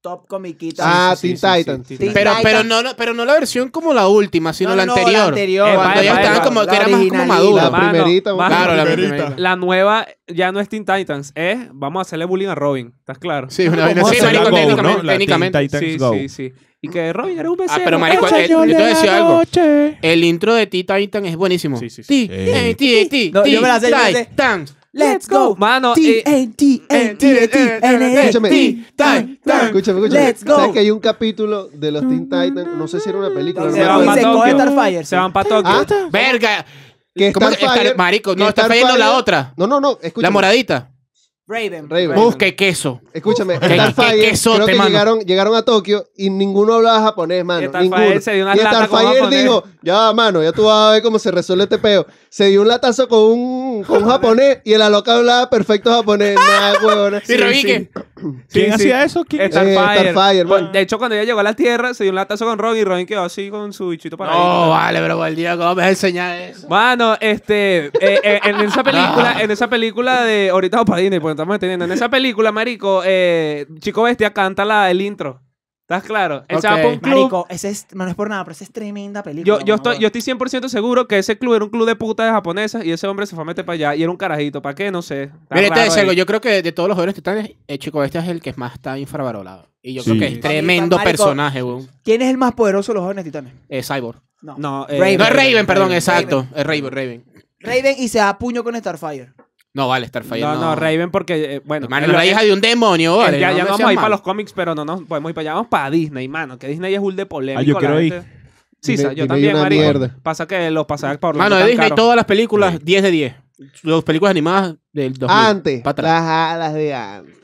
C: top comiquita.
D: Ah,
B: Sí, sí,
D: Teen
B: sí, sí,
D: Titans.
B: sí, sí.
C: Teen
A: Pero,
C: Titans.
A: pero, no, la- pero no la versión como la última, sino
C: No,
A: la
C: no,
A: anterior.
B: Eh,
A: cuando
B: vale,
A: ya
B: vale,
A: estaban
B: vale.
A: como,
C: La
A: que era más como
C: originalita.
A: madura.
D: La
B: Mano,
D: primerita,
B: mano,
A: Claro, la
D: la
A: primerita.
B: La nueva ya no es Teen Titans, es vamos a hacerle bullying a Robin, ¿estás claro?
A: Sí, una vaina
E: ¿Cómo
A: así,
E: se llama?
A: marico,
E: Go, ¿no?
A: técnicamente.
E: La Teen
A: técnicamente.
E: Titans
B: sí,
E: Go.
B: sí, sí. Y que Robin era un
A: Ah,
B: becerro.
A: pero marico,
B: Ese
A: eh, yo
B: yo
A: te
B: le
A: voy a decir
B: da-
A: algo. El intro de Teen Titan es buenísimo. eh, Sí, sí, sí.
E: Sí.
C: No, yo me la sé, yo me la sé. Let's go,
B: Mano,
C: T
B: eh,
C: N T N T T N
D: Escúchame.
C: T Time Time.
D: Escúchame, escúchame.
C: Let's go.
D: ¿Sabes que hay un capítulo de los Teen Titans? No sé si era una película. no
C: Se
D: me
C: van
D: acuerdo.
C: pa'
B: Tokio.
C: coge Starfire,
B: se
C: sí.
B: van para Tokio.
D: Ah,
A: Verga.
D: que
A: ¿Cómo que
D: Starfire-
A: Star- marico, no,
D: que
A: está fallando
D: Starfire-
A: la otra.
D: No, no, no, escúchame.
A: La moradita.
C: Raven.
D: Raven.
A: Busque queso.
D: Escúchame,
A: qué-
D: Starfire,
A: qué quesote,
D: creo que
A: mano.
D: llegaron, llegaron a Tokio y ninguno hablaba japonés, mano.
B: Starfire
D: ninguno.
B: se dio una
D: y
B: lata con
D: Starfire
B: japonés.
D: dijo, ya, mano, ya tú vas a ver cómo se resuelve este peo. Se dio un latazo con un, con un japonés y el alocado hablaba
B: (laughs)
D: perfecto japonés. Nada, huevona.
A: Y Robique.
E: ¿Quién
B: Sí, sí.
E: hacía eso? ¿Quién?
B: Eh, Starfire.
D: Starfire,
B: Pues,
D: man.
B: de hecho, cuando ella llegó a la Tierra, se dio un latazo con Robin y Robin quedó así con su bichito para
A: No, Oh, vale, pero el día cómo me vas a enseñar eso.
B: Mano, este, eh, eh, en esa película, en esa película de, ahorita vamos para Disney, porque estamos entendiendo, en esa película, marico, eh, Chico Bestia canta la, el intro, ¿estás claro? El
A: Ok.
B: un club,
C: Marico, ese es, no es por nada, pero esa es tremenda película.
B: yo, yo,
C: mamá,
B: estoy, yo estoy 100% seguro que ese club era un club de putas de japonesas y ese hombre se fue a meter para allá y era un carajito, ¿para qué? No sé. Está
A: Mira, este te
B: raro
A: decía algo,
B: ahí.
A: yo creo que de todos los jóvenes titanes, el chico este es el que más está infravalorado. Y yo creo
E: Sí.
A: que es tremendo
C: Marico.
A: personaje, weón.
C: ¿Quién es el más poderoso de los jóvenes titanes?
A: Es Cyborg.
C: No.
B: No, eh,
A: No es
C: Raven,
A: Raven, perdón, exacto. Es Raven, Raven.
C: Raven y se da puño con Starfire.
A: No, vale, Starfire.
B: No, no, Raven porque, eh, bueno...
A: Hermano,
B: es lo
A: la
B: que-
A: hija de un demonio,
B: Eh,
A: vale.
B: ya,
A: no
B: ya
A: me
B: no vamos
A: seas
B: a ir para
A: malo.
B: los cómics, pero no nos podemos ir para allá. Vamos para Disney, mano. Que Disney es full de polémica.
E: Ah, yo quiero ir.
B: Sí,
D: Dime-
B: sa- yo
D: dime
B: también,
D: una
B: marico.
D: mierda.
B: Pasa que los pasajes para Orlando
A: Mano, de
B: están
A: Disney,
B: caros.
A: todas las películas, 10 de 10. Las películas animadas del 2000.
D: Ah, Antes.
A: pa' atrás.
D: Las alas de antes.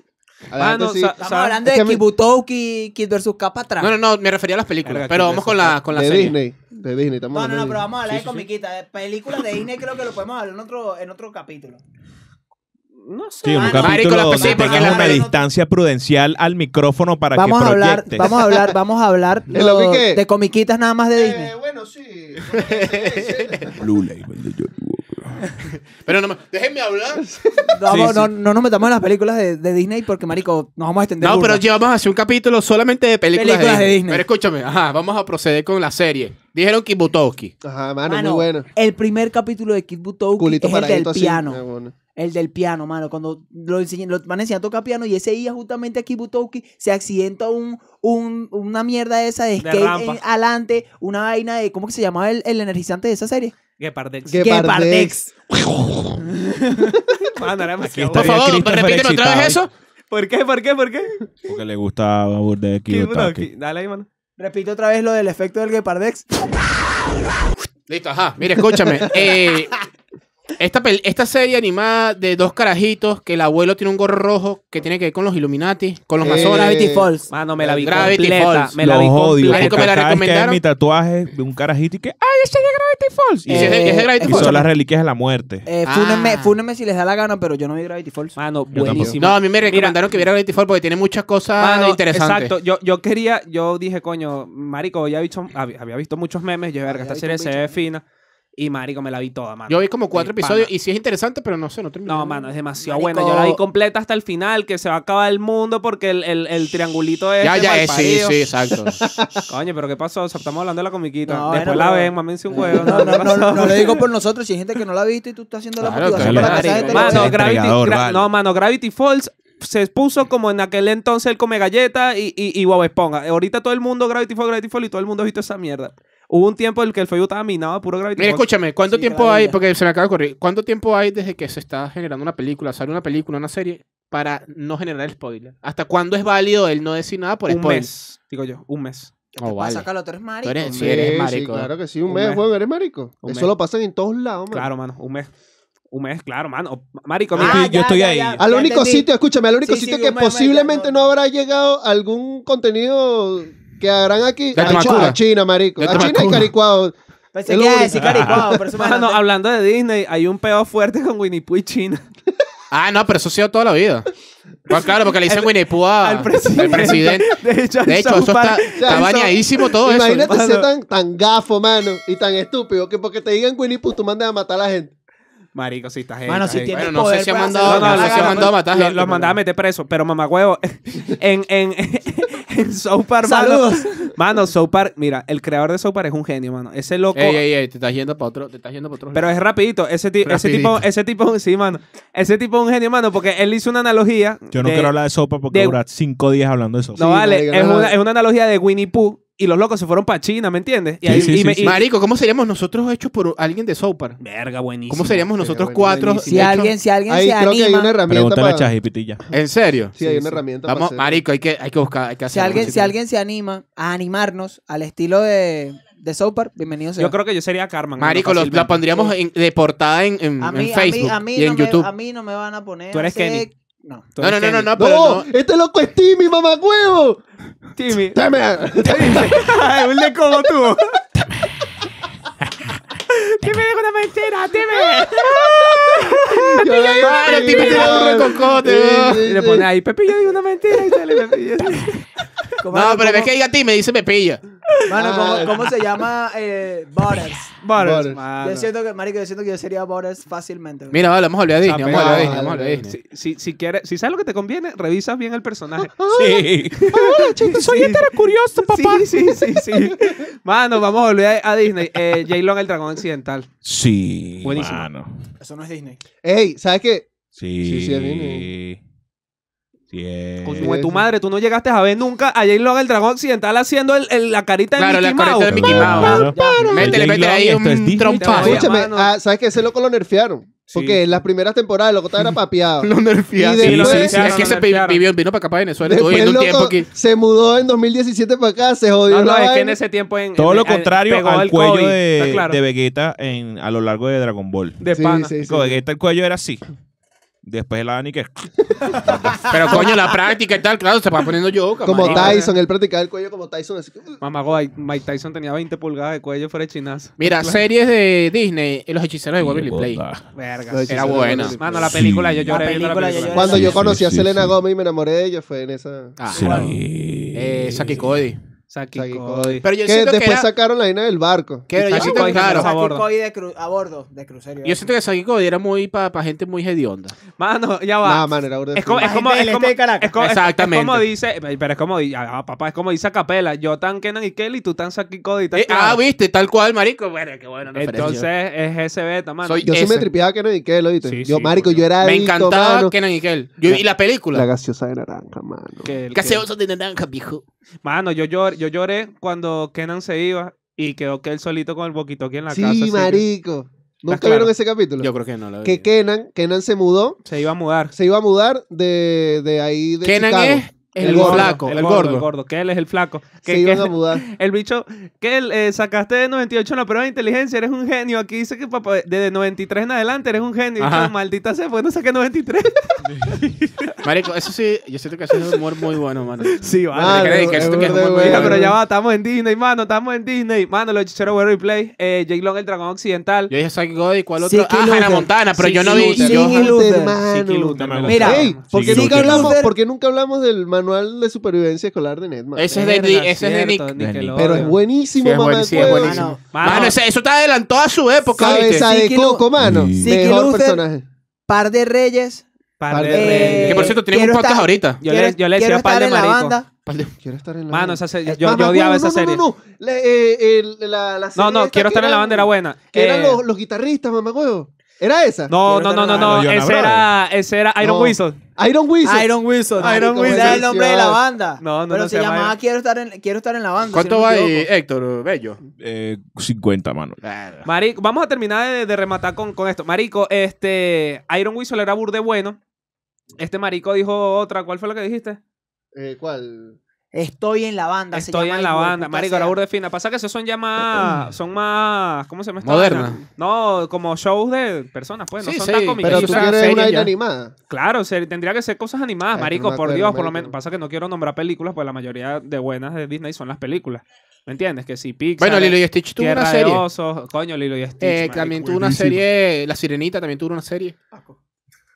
B: Mano,
D: Adelante, sí.
B: sa-
C: Estamos
B: sa-
C: hablando
D: es que
C: de
D: a mí-
C: Kibutoki, Kid vs. Capatra.
A: No, no, no, me refería a las películas.
B: Verga,
A: pero
B: qué
A: vamos con
B: impresa.
A: la, con la
D: de
A: serie.
D: Disney. De Disney, estamos
C: No, no,
D: hablando
C: no, pero vamos a hablar
A: Sí,
C: de
A: sí, sí.
C: comiquita. De películas de Disney creo que lo podemos hablar en otro, en otro capítulo.
B: No sé.
E: Sí, en un
C: Marico,
E: capítulo
A: la-
E: donde
A: sí, porque
E: tengas
A: la-
E: una distancia prudencial al micrófono para
C: Vamos
E: que
C: a, hablar,
E: proyectes.
C: vamos a hablar, vamos a hablar
D: ¿Es lo
C: lo-
D: que qué?
C: de comiquitas nada más de
D: de
C: Disney.
D: Eh, bueno, sí. (laughs)
E: Blue Label de Johnny Walker.
A: Pero no, me- déjenme
D: (laughs)
A: hablar.
C: No,
E: Sí,
C: vamos-
E: sí.
C: No, no nos metamos en las películas de, de Disney porque, marico, nos vamos a extender.
A: No, pero
C: burda.
A: llevamos hace un capítulo solamente de películas,
C: Películas
A: de,
C: de
A: Disney.
C: Disney.
A: Pero escúchame, ajá, vamos a proceder con la serie. Dijeron Kibutoki.
D: Ajá, mano,
C: Mano,
D: muy bueno.
C: Ah, El primer capítulo de Kid Butowski
D: Culito
C: es el del
D: paradito así.
C: piano.
D: Ah, bueno.
C: El del piano, mano. Cuando lo, enseñan- lo van a enseñar a tocar piano y ese día justamente aquí Butowski se accidenta un, un- una mierda esa de skate
B: rampa.
C: en- adelante, una vaina de, ¿cómo que se llamaba el, el energizante de esa serie?
B: Gepardex.
D: Gep- Gepardex.
B: (laughs) Mano, era demasiado
A: Por
E: Estaría
B: bueno.
A: favor,
E: Christopher
A: repíteme otra vez
E: excitado.
A: eso.
B: (laughs) ¿Por qué? ¿Por qué? ¿Por qué?
E: Porque le gustaba burda de
B: Kim
E: Kibutaki.
B: Unoki. Dale ahí, mano.
C: Repito otra vez lo del efecto del Gepardex.
A: Listo, ajá. Mira,
B: (laughs)
A: escúchame. eh, esta, pel- esta serie animada de dos carajitos que el abuelo tiene un gorro rojo que tiene que ver con los Illuminati, con los
D: Eh,
A: masones.
C: Gravity Falls.
B: Mano, me la vi
A: Gravity
B: completa.
A: Falls.
B: Me la
E: Los
B: vi
E: odio.
B: completa.
A: Marico,
E: Porque
A: me la
E: cada vez que ven
A: recomendaron.
E: mi tatuaje de un carajito y que, ¡ay, ese es de Gravity Falls! Y,
A: Y si es de- es de Gravity
E: y
A: Falls.
E: son las reliquias de la muerte.
C: Eh,
A: Ah.
C: fúnenme, fúnenme si les da la gana, pero yo no vi Gravity Falls.
B: Mano,
E: tampoco.
B: buenísimo.
A: No, a mí me recomendaron que viera Gravity Falls porque tiene muchas cosas
B: Eh, Mano,
A: interesantes.
B: Exacto, yo, yo quería, yo dije, coño, marico, ya he visto, hab- había visto muchos memes, yo, verga, esta
C: Había visto
B: serie
C: un
B: se
C: bicho,
B: ve
C: ¿no?
B: fina, y marico, me la vi toda, mano.
A: Yo vi como cuatro
B: Mi pana.
A: episodios y sí es interesante, pero no sé, no terminé.
B: No, mano, es demasiado
C: Marico.
B: buena, yo la vi completa hasta el final, que se va a acabar el mundo porque el, el, el triangulito es
A: Ya, ya, eh, sí, sí,
B: (laughs)
A: exacto.
B: Este Coño, pero ¿qué pasó? O sea, estamos hablando de la comiquita,
C: No,
B: después
C: bueno,
B: la
C: pero-
B: ven, mámense un huevo.
C: Eh, No, no,
B: ¿qué
C: no,
B: pasó?
C: no, no lo digo por nosotros. Si hay gente que no la ha visto y tú estás haciendo la
A: Claro,
C: motivación
A: claro.
C: para que esa
B: Marico,
C: gente
E: Mano,
C: lo
B: Mano,
C: vea.
B: Gravity,
E: Entregador,
B: Gra-
E: vale.
B: no, mano, Gravity Falls se puso como en aquel entonces el come galleta y, y, y Bob Esponja. Ahorita todo el mundo Gravity Falls, Gravity Falls y todo el mundo ha visto esa mierda. Hubo un tiempo en el que el Facebook estaba minado de puro Gravity
A: Mira,
B: Falls.
A: escúchame, ¿cuánto
C: Sí,
A: tiempo
C: maravilla.
A: hay? Porque se me acaba de ocurrir. ¿Cuánto tiempo hay desde que se está generando una película, sale una película, una serie, para no generar spoiler? ¿Hasta cuándo es válido el no decir nada por
B: un
A: spoiler?
B: mes, digo yo, un mes.
A: No,
C: Te
A: vale.
C: pasa acá, lo tres
A: Tú
C: maricos.
A: eres-
D: Sí,
A: sí, eres
D: sí,
A: marico.
D: claro que sí, un
B: Un
D: mes,
B: mes.
D: weón, eres marico.
B: Un
D: Eso
B: mes.
D: lo pasan en todos lados, man.
B: Claro, mano, un mes. Un mes, claro, mano. Marico,
E: Ah,
B: mira.
E: yo estoy ahí.
D: Al único sitio, escúchame, al único
C: Sí, sí,
D: sitio
C: un
D: que
C: mes, un mes, ya
D: posiblemente
C: no-
D: no, habrá llegado algún contenido que harán aquí
A: De
D: a, Chi-
A: Tomacura.
D: a China, marico.
A: De
D: A China y
A: Tomacura.
D: Caricuado.
C: Pensé
D: El
C: que iba a
D: único.
C: Pues, decir (laughs) caricuado, pero eso me
B: Mano,
C: adelanté.
B: hablando de Disney, hay un peo fuerte con Winnie Pooh y China.
A: Ah, no, pero eso ha sido toda la vida. Pues claro, porque le
C: (laughs)
A: dicen Winnie Pooh a-
B: al
A: al
B: presidente.
A: Ah, presidente.
B: (laughs) De hecho,
A: De hecho,
B: South
A: eso está,
B: Park-
A: está
D: eso-
A: bañadísimo todo eso.
D: Imagínate
B: hermano.
D: ser tan, tan gafo, mano, y tan estúpido que porque te digan Winnie Pooh, tú mandas a matar a la gente.
B: Marico, sí, está
C: Mano,
B: está
C: si
B: heavy.
C: tiene
A: Bueno, no
C: poder
A: sé si ha
C: para
A: mandado,
C: hacerlo,
A: no,
B: no,
A: sé
B: no,
A: si ha
B: no,
A: mandado a matar
B: Lo-
A: gente,
B: Los mandaba a
A: pero-
B: meter preso, pero mamá huevo, (laughs) en, en, en South Park, mano.
C: Saludos.
B: Mano, South Park, mira, el creador de South Park es un genio, mano. Ese loco,
A: Ey, ey, ey, te estás yendo para otro, te estás yendo para otro.
B: pero
A: lado.
B: es rapidito. Ese, ti- ese
A: Rapidito.
B: tipo, ese tipo, sí, mano. Ese tipo es un genio, mano, porque él hizo una analogía.
E: Yo no
B: de-
E: quiero hablar de sopa porque
B: de-
E: durar cinco días hablando de sopa.
B: No
D: Sí,
B: vale,
D: marica,
B: es,
D: no, no.
B: una, es una analogía de Winnie Pooh y los locos se fueron para China, ¿me entiendes? Y
E: Sí,
B: ahí-
E: sí,
B: y
E: sí,
B: me-
E: sí.
B: y-
A: Marico, ¿cómo seríamos nosotros hechos por alguien de Sopar?
B: Verga, buenísimo.
A: ¿Cómo seríamos nosotros
D: bueno,
A: cuatro?
D: buenísimo.
C: Si
A: hechos-
C: alguien, si alguien
D: Ahí
C: se
D: creo que hay una
C: anima,
D: herramienta
E: Pregúntale a
D: para...
E: ChatGPT ya.
A: ¿En serio?
D: Sí, hay una herramienta para
A: Vamos,
D: hacer-
A: marico, hay que, hay que buscar, hay que
C: si
A: hacer
C: alguien, si alguien se anima a animarnos al estilo de, de South Park, bienvenido sea.
B: Yo creo que yo sería Carmen. mano,
A: Marico, lo, la
B: fácilmente.
A: pondríamos en- de portada en, en-
C: a
A: en
C: mí, a mí-
A: Facebook
C: a mí
A: y en
C: no
A: YouTube.
C: Me, a mí no me van a poner.
B: Tú eres
C: a hacer-
B: Kenny.
C: No.
B: Tú
A: no, no,
B: eres
A: no,
B: genio.
A: no, no, pero
D: ¡No!
A: no.
D: ¡Este loco es Timmy, mamá huevo!
B: Timmy. (laughs)
D: ¡Dame!
B: Ay, un de como (laughs) tú. Dime una mentira, dime.
A: Claro, Timmy tiene burro de cocote, weón.
B: Y le pone ahí, Pepillo dijo una mentira y sale Pepillo. (laughs)
C: Como-
A: No, pero
C: como-
A: ves que diga a ti, me dice me pilla.
C: Mano, ¿cómo,
D: Ah.
C: cómo se llama? Eh, Butters.
D: Butters.
B: Butters,
C: Yo siento que, marico, yo siento que yo sería Butters fácilmente.
A: Mira, vale, vamos a hablar de Disney, vamos a hablar de
D: pegado,
A: Disney, vamos a hablar de
D: vale,
A: Disney.
B: Si, si, si quieres, si sabes lo que te conviene, revisas bien el
A: (laughs)
B: personaje.
A: Ah,
E: Sí.
B: Soy
A: este,
B: curioso, papá. Sí, sí, sí, sí. Mano, vamos a volver a, a Disney. Eh, J-Long, el dragón occidental.
E: Sí.
B: Buenísimo.
E: mano.
C: Eso no es Disney.
D: Ey, ¿sabes qué?
E: Sí.
D: Sí, sí, es bien,
E: Siete.
B: Coño de tu madre, tú no llegaste a ver nunca a J-Log el dragón occidental haciendo el, el- la carita de
A: Claro, la
B: Mickey
A: carita de
B: Mouse.
A: Mickey Mouse.
E: Claro.
A: Métele,
E: Jay
A: métele
E: Long,
A: ahí
E: esto
A: un
E: es
B: Te
E: Disney.
B: voy a-
A: trompazo.
D: Escúchame,
B: mano.
D: ah, ¿sabes que ese loco lo nerfearon?
B: Sí.
D: Porque en las primeras temporadas el loco estaba
B: (laughs)
D: era papeado.
A: Lo nerfearon.
D: Y
A: Sí, lo
D: después-
A: nerfearon, es que
B: lo
A: se
B: nerfearon.
A: vivió, vino para acá para Venezuela. Estuvo
D: Después
A: viviendo
D: el
A: un tiempo
D: loco
A: aquí.
D: se mudó en 2017 para acá, se jodió
B: No, no,
D: la
B: es que en
D: vaina.
B: ese tiempo en,
E: Todo
B: en-
E: lo
B: en-
E: contrario
B: pegó
E: al
B: el
E: cuello
B: COVID,
E: de,
B: está claro.
E: de Vegeta en, a lo largo de Dragon Ball.
B: De
D: Sí,
B: pana.
D: sí, sí.
E: Chico, Vegeta el cuello era así. Después el Adani que...
A: Pero coño, la práctica y tal, claro, se va poniendo yo.
D: Como
A: camarón.
B: tal.
D: Tyson, él practicaba el cuello como Tyson. Así. uh,
B: Mamá, guay, Mike Tyson tenía 20 pulgadas de cuello fuera de chinazo.
A: Mira, series de Disney, Los hechiceros de Waverly Ah, Play.
B: Verga.
D: Los
B: sí.
A: Era
D: hechiceros de
A: buena.
D: Waverly Place.
B: Mano, la
E: Sí.
B: película, yo lloré
C: La
B: viendo la
C: película, yo
B: película.
C: lloré.
D: Cuando yo
E: Sí,
D: conocí a
E: sí,
D: Selena
E: sí.
D: Gómez y me enamoré de ella, fue en esa.
A: Ah,
E: Sí.
A: bueno. Eh, Saki Cody.
B: Saki
D: Saki
B: Cody.
D: Cody.
A: Pero yo
D: que
A: siento
D: después
A: que era-
D: sacaron la vaina del barco.
A: que era- yo
B: Saki
A: siento
B: Cody,
A: que- claro,
B: a
C: Saki
B: bordo.
C: Cody de cru- a bordo de crucero.
A: yo siento que Saki Cody era muy para gente muy hedionda.
B: Mano, ya va.
D: Nah, man, era burda de
B: Es como,
D: fino.
B: es como,
C: Gente
B: es
C: del
B: como,
C: este de Caracas.
B: es como- es- es
A: Exactamente.
B: como dice, pero es como, di- ah, papá, es como dice Acapela, yo tan Kenan y Kelly, tú tan Saki Cody, ¿estás
A: Eh, ah,
B: claro?
A: viste, tal cual, marico. Bueno, qué bueno.
B: Entonces es ese beta, mano.
A: Soy-
D: Yo sí me
A: ese.
D: tripeaba que no y que lo viste.
B: Sí,
D: yo,
B: sí,
D: marico,
B: coño.
D: yo era
A: Me
D: adicto,
A: encantaba
D: mano.
A: Kenan y Kel. Yo- y la
D: La
A: película.
D: gaseosa de naranja, mano.
B: que- que-
A: Gaseosa de naranja, viejo.
B: Mano, yo, llor- yo lloré cuando Kenan se iba y quedó que él solito con el boquito aquí en la
D: Sí,
B: casa. así que
D: marico. ¿Nunca
B: claro.
D: vieron ese capítulo?
A: Yo creo que no. La
D: que
A: vi.
D: Kenan, Kenan se mudó,
B: Se iba a mudar.
D: se iba a mudar de, de ahí de
A: Kenan
D: Chicago.
A: es el,
D: gordo,
A: flaco, el, gordo.
B: El gordo, que él es el flaco. Que,
D: Se iban
B: que-
D: a mudar.
B: El bicho, que él, eh, sacaste de 98 en la prueba de inteligencia, eres un genio. Aquí dice que papá, desde 93 en adelante eres un genio. Y
A: Ajá.
B: yo, maldita sea, pues no saqué
A: (laughs)
B: 93.
A: Marico, eso sí, yo siento que eso es un humor muy bueno, mano.
B: (laughs) Sí,
D: Mano,
A: Te crees que
D: es
A: esto que es
D: burda de
A: muy
D: bueno.
B: Mira, pero ya va, estamos en Disney, mano, estamos en Disney. Mano, los hechiceros Were Replay, eh, Jake Long, el dragón occidental.
A: Yo dije Saki Cody, ¿cuál
C: Sí,
A: otro?
C: que
A: ah,
C: Luther.
A: Hannah Montana, pero
B: Sí,
A: yo no
B: sí,
A: vi.
B: Luther.
A: yo-
D: Sigue Luther, mano.
B: Sí, que Luther, me
E: Mira,
B: gusta.
C: Mira,
D: Ey, ¿por, qué nunca
E: Sigue Luther.
D: hablamos,
C: Luther.
D: por qué nunca hablamos del manual de supervivencia escolar de Netman?
A: Ese es de,
B: Verga,
A: Ni- ese es de Nick.
B: cierto,
E: Nick.
B: Nickelodeon.
D: Pero es buenísimo,
A: Sí, es
D: mamá.
A: buenísimo,
D: Sí,
A: es buenísimo.
C: Mano,
A: Mano,
B: Mano,
A: ese- eso está adelantado a su época, ¿viste?
D: Cabeza
C: Sí,
D: de
C: que
D: coco,
C: Lu-
D: mano.
E: Sí,
C: que
D: Mejor
C: Luther.
D: personaje.
C: par de reyes.
B: par de
D: Eh,
B: reyes.
A: Que por cierto, tenemos
C: Quiero
A: un podcast
C: estar-
A: ahorita.
B: Yo
C: quiero-
B: le- yo le decía
C: quiero
B: par
C: estar
B: de
C: en la
B: marico.
C: banda.
D: Quiero estar en la
B: Mano,
D: banda.
B: esa se-
D: Es-
B: yo,
D: mamá,
B: yo odiaba
D: huevo,
B: esa
D: no,
B: serie.
D: No, no, no. La, eh, el- la- la
B: No,
D: serie
B: no,
D: esta
B: quiero
D: que
B: estar en la
D: eran-
B: banda, era buena.
D: Que eran
B: Eh,
D: los, los guitarristas, mamá, huevo. ¿Era esa?
B: No,
C: Quiero
B: no, no,
C: estar
B: no,
C: en la
B: no,
E: banda.
B: ese era, ese era Iron
D: No.
B: Whistle.
D: Iron Wizard.
C: Iron Wilson.
D: Iron
C: Ese
D: Wilson.
C: era el nombre de la banda.
B: No, no,
C: Pero
B: no
C: se,
B: se llama
C: llamaba
B: Iron-
C: quiero estar, en, quiero estar en la banda. si
A: ¿Cuánto
C: no me
A: va ahí,
C: equivoco.
A: Héctor? Bello.
E: Eh, 50, mano.
B: Marico, vamos a terminar de, de rematar con, con esto. Marico, este, Iron Whistle era burde bueno. Este marico dijo otra, ¿cuál fue lo que dijiste?
D: Eh, ¿Cuál?
C: Estoy en la banda. se
B: Estoy
C: llama
B: en la
C: el juego,
B: banda.
C: puta
B: Marico, era
C: sea.
B: burde fina. Pasa que esos son ya más, son más, ¿cómo se llama? esta
A: Moderna.
B: vaina? No, como shows de personas, pues, no
A: Sí,
B: son
A: sí,
B: tan cómicas.
D: Pero
A: eso
D: tú
A: era
D: quieres
A: serie
D: una
A: ya.
D: inanimada.
B: Claro, se- tendría que ser cosas animadas,
D: Ay,
B: marico,
D: no me
B: por
D: acuerdo,
B: Dios, por lo
D: marico.
B: menos. Pasa que no quiero nombrar películas, pues la mayoría de buenas de Disney son las películas. ¿Me entiendes? Que si Pixar,
A: Bueno, Lilo y Stitch tuvo
B: Tierra
A: una
B: de
A: serie.
B: Osos, coño, Lilo y Stitch.
A: Eh,
B: marico.
A: también tuvo una serie. La Sirenita también tuvo una serie.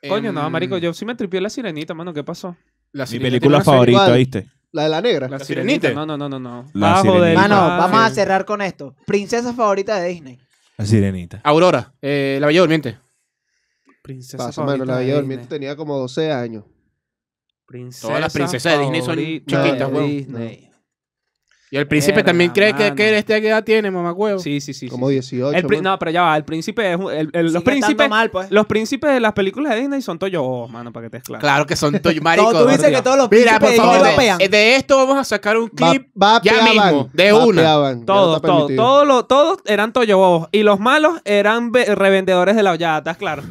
B: Coño,
A: Em,
B: no, marico, yo sí me tripié la sirenita, mano, ¿qué pasó?
A: La
E: Mi
A: Sirenita
E: película
A: tiene una serie.
E: favorita,
D: ¿Cuál?
E: ¿viste?
D: La de la negra.
B: La
A: Sirenita?
B: sirenita. No, no, no, no, no.
E: La
B: Bajo
E: Sirenita.
B: del
C: Mano,
B: mar.
C: vamos a cerrar con esto. Princesa favorita de Disney.
E: La sirenita.
A: Aurora, eh, la Bella Durmiente.
B: Princesa
D: Paso,
B: favorita
D: mano, la
B: de
D: Bella
B: Disney.
D: Durmiente tenía como 12 años.
B: Princesa
A: Todas las princesas de Disney son
B: favorita
A: chiquitas,
B: de
A: weón.
B: Disney.
A: Y el príncipe
B: Verga,
A: también cree que,
B: mano.
A: que esta edad tiene, mamá huevo.
B: Sí, sí, sí. sí,
D: Como
B: sí.
D: 18.
B: El pri-
D: mano.
B: no, pero ya va, el príncipe es un- el- el- los
C: Sigue estando
B: príncipes
C: mal, pues.
B: los príncipes de las películas de Disney son toyos, mano, para que te claro.
A: Claro que son toy marico.
C: Todo, tú dices que
B: Dios.
C: todos los
A: Mira, por
C: príncipes de
A: favor,
C: Disney
A: de,
C: pean.
A: eh, de esto vamos a sacar un
D: Va-
A: clip.
D: va
A: ya
D: peaban,
A: mismo, de
D: va
A: una.
D: peaban, ya no
B: Todos,
D: está
B: todos,
D: permitido.
B: todos, los- todos eran toyobobos. Y los malos eran ve- revendedores de la hollada, ¿estás claro?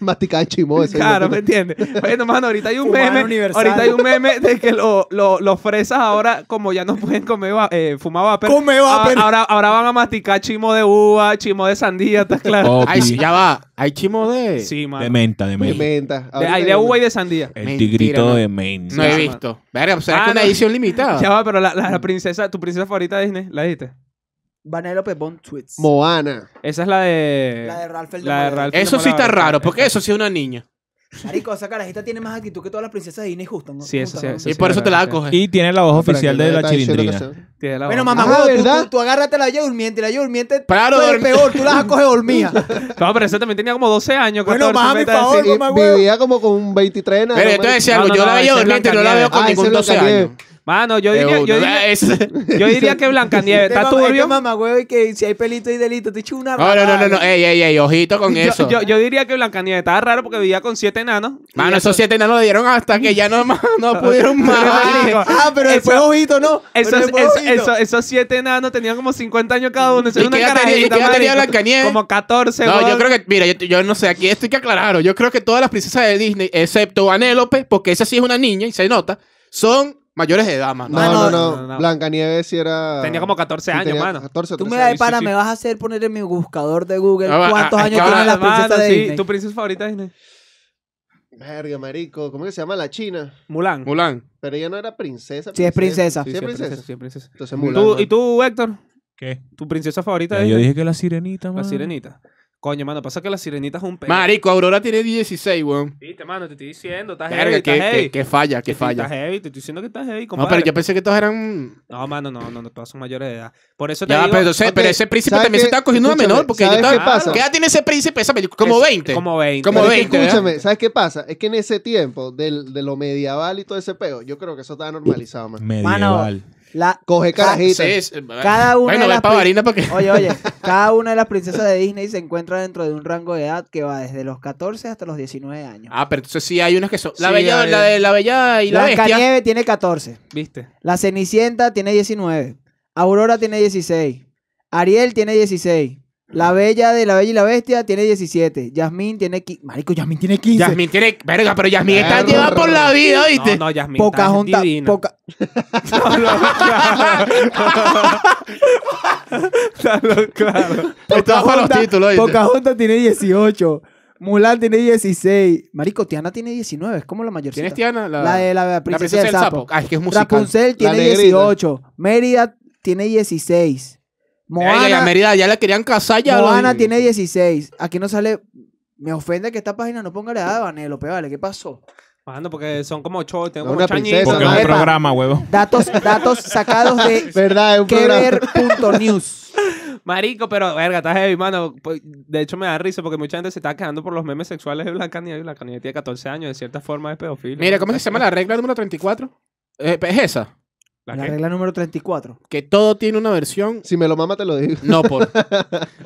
D: Masticaban chimó ese.
B: Claro, ¿me
D: hijo de puta.
B: entiendes? Bueno, mano, ahorita hay un
C: Fumaban
B: meme.
C: Universal.
B: Ahorita hay un meme de que lo- lo- los fresas ahora, como ya no pueden comer va- eh, fumar vapor,
C: Come vapor.
B: a- Ahora, ahora van a masticar chimo de uva, chimo de sandía, ¿estás claro?
D: Oh,
E: Papi,
A: Ay, sí, ya va. Hay chimo de.
B: (laughs) Sí, mano.
E: de menta, de
D: De
E: menta.
D: menta.
B: De-
D: Ahorita
B: hay de
D: ya no.
B: uva y de sandía.
E: El
A: Mentira,
E: tigrito
A: no.
E: de menta.
A: No he
B: Sí,
A: visto. Verga, pues, será
B: Ah,
A: que una
B: no.
A: edición
B: Ya
A: limitada.
B: va, pero la, la- la princesa, tu princesa favorita de Disney, ¿la dijiste?
C: Vanellope Bon Tweets.
D: Moana.
B: Esa es la de.
C: La de Ralph el
B: La de
C: Demoledor.
B: Ralph el
A: Eso sí está
B: Demoledor.
A: raro, porque eso sí es una niña.
C: Marico, esa carajita tiene más actitud que todas las princesas de Disney justas. ¿no?
B: Sí, eso
C: Juntas,
B: sí,
C: ¿no?
B: eso
A: Y por
B: es
A: eso te la
B: verdad,
A: coges.
E: Y tiene la voz
D: Para
E: oficial
D: que no
E: de la
D: está diciendo que
E: chilindrina.
D: sea-
B: Tiene la
C: Bueno,
B: voz.
C: mamá,
D: Ah,
C: huevo, tú,
D: ¿verdad?
C: tú, tú agárrate la Bella Durmiente. La Bella Durmiente
A: Claro,
C: tú eres
A: dormí.
C: peor. Tú la vas a coger dormida.
B: No, pero esa también tenía como 12 años.
C: Bueno,
B: 14, me
C: mamá, mi
B: está
C: favor.
B: diciendo.
D: Y
C: mamá, huevo.
D: Vivía como con un 23 nada
A: Pero yo
D: más.
A: te voy a decir
B: No,
A: algo,
B: no,
A: yo
B: no,
A: la
B: ese
A: veo
B: es
A: durmiente y no la veo con
D: Ah, ese
A: ningún
D: es
A: 12
D: Blancanieves.
A: años.
B: Mano, yo
A: De
B: diría, yo
A: una.
B: diría,
A: (laughs) Es-
B: yo diría que Blancanieves está turbio.
C: mamá, güey, que si hay pelito y delito, te echo una
A: No, no, no, no, no. Ey, ey, ey, ojito con
B: Yo-
A: eso.
B: Yo, yo diría que Blancanieves estaba raro porque vivía con siete enanos. (laughs)
A: Mano, esos siete enanos le dieron hasta que ya no, más- no pudieron más.
B: Marico,
C: Ah, pero
B: eso-
C: después ojito, ¿no? Pero
B: Esos,
C: después
B: esos-
C: ojito.
B: esos- esos siete enanos tenían como 50 años cada uno. Eso
A: ¿Y
B: era una
A: qué edad tenía-
B: carajita,
A: y qué edad tenía
B: marico.
A: Blancanieves?
B: Como 14,
A: No, yo
B: weón.
A: creo que, mira, yo, yo no sé, aquí esto hay que aclararlo. Yo creo que todas las princesas de Disney, excepto Anélope, porque esa sí es una niña y se nota, son mayores de edad, mano.
D: No, no,
C: Mano,
D: no.
B: ah, no, no.
D: Blancanieves sí era.
B: Tenía como 14
D: sí,
B: años,
D: tenía
B: mano.
D: 14 o
C: Tú me
D: 13
C: das
D: años.
B: sí,
C: para,
B: sí.
C: me vas a hacer poner en mi buscador de Google
A: Ah, va,
C: cuántos
A: ah,
C: años
A: es que
C: tienen
A: ahora,
C: las princesas
B: Mano,
C: de
B: sí,
C: Disney.
B: tu princesa favorita Disney.
D: Verga, marico. ¿Cómo que se llama la china?
B: Mulan.
A: Mulan.
D: Pero ella no era princesa.
C: Sí, es princesa.
D: Ah, Sí, es princesa.
B: sí, es princesa.
D: Entonces,
B: ¿Tú-
D: Mulan.
B: ¿Y tú, Héctor?
E: ¿Qué?
B: ¿Tu princesa favorita de
E: yo
B: Disney?
E: dije que la sirenita,
B: La
E: mano.
B: sirenita. Coño, mano, pasa que la sirenita es un pez.
A: Marico, Aurora tiene 16, weón.
B: Viste, mano, te estoy diciendo, estás heavy,
A: Verga,
B: estás
A: que,
B: heavy.
A: que, que falla, que
B: Sí, Estás
A: falla.
B: heavy, te estoy diciendo que estás heavy,
A: No,
B: compadre.
A: pero yo pensé que todos eran...
B: No, mano, no, no, no, todas son mayores de edad. Por eso te
A: Ya,
B: digo...
A: pero, entonces-
D: Ok,
A: pero ese príncipe
D: ¿sabes
A: también se
D: qué?
A: estaba cogiendo una
D: Escúchame,
A: menor. Porque yo
D: ¿sabes
A: estaba-
D: qué pasa?
A: ¿Qué edad tiene ese príncipe? Esa película? Como
B: Es-
A: 20.
B: Como 20.
A: Como ¿eh?
D: Pero es que
A: 20, ¿verdad?
D: escúchame, ¿sabes qué pasa? Es que en ese tiempo del, de lo medieval y todo ese peo, yo creo que eso estaba normalizado, man.
E: Medieval.
C: La-
D: Coge carajita.
A: Sí, es- eh,
C: Cada una
A: bueno,
C: de
A: ve
C: las
A: pa'
C: pri-
A: Varina porque...
C: Oye, (laughs) oye, cada una de las princesas de Disney se encuentra dentro de un rango de edad que va desde los 14 hasta los 19 años.
A: Ah, pero entonces sí hay unas que son... La,
B: Sí,
A: bella,
B: hay-
A: la, de, la bella y la bestia.
C: Blancanieves tiene 14.
B: ¿Viste?
C: La Cenicienta tiene 19. Aurora tiene 16. Ariel tiene 16. La Bella de la Bella y la Bestia tiene 17. Yasmín tiene 15. Marico, Yasmín tiene 15.
A: Yasmín tiene... Verga, pero Yasmín está
D: Perro.
A: llevada por la vida, ¿viste?
B: No, no, Yasmin
C: Pocahontas- Poca-
A: (laughs)
B: claro.
A: Estaba para los títulos, ¿viste?
C: Pocahontas tiene 18. Mulan tiene 16. Marico, Tiana tiene 19. Es como la mayorcita.
A: ¿Tienes Tiana?
C: La, de la, princesa, del sapo.
A: Ah, es que es musical.
C: Rapunzel tiene
D: negrita.
C: 18. Mérida tiene 16.
A: Verga,
C: Moana,
A: y a Mérida ya la querían casar ya.
C: Moana
A: lo-
C: tiene 16. Aquí no sale. Me ofende que esta página no ponga la edad de Vanellope, vale. ¿Qué pasó?
B: Mano, porque son como ocho, tengo
D: No,
B: como
D: una
B: ocho
D: princesa,
B: añitos,
E: Porque
B: ¿no?
E: es un
C: Epa.
E: programa, huevo.
C: Datos, datos sacados de
D: ¿Verdad? Es un programa.
C: quever.news.
B: Marico, pero verga, estás heavy, mano. Pues, De hecho, me da risa porque mucha gente se está quejando por los memes sexuales de Blancanieves. y Blancanieves tiene 14 años, de cierta forma es pedofilia.
A: Mira, ¿cómo es que se llama la regla número 34? Eh, es esa.
B: ¿La
C: La
B: qué?
C: regla número 34.
A: Que todo tiene una versión.
D: Si me lo mama, te lo digo.
A: No por.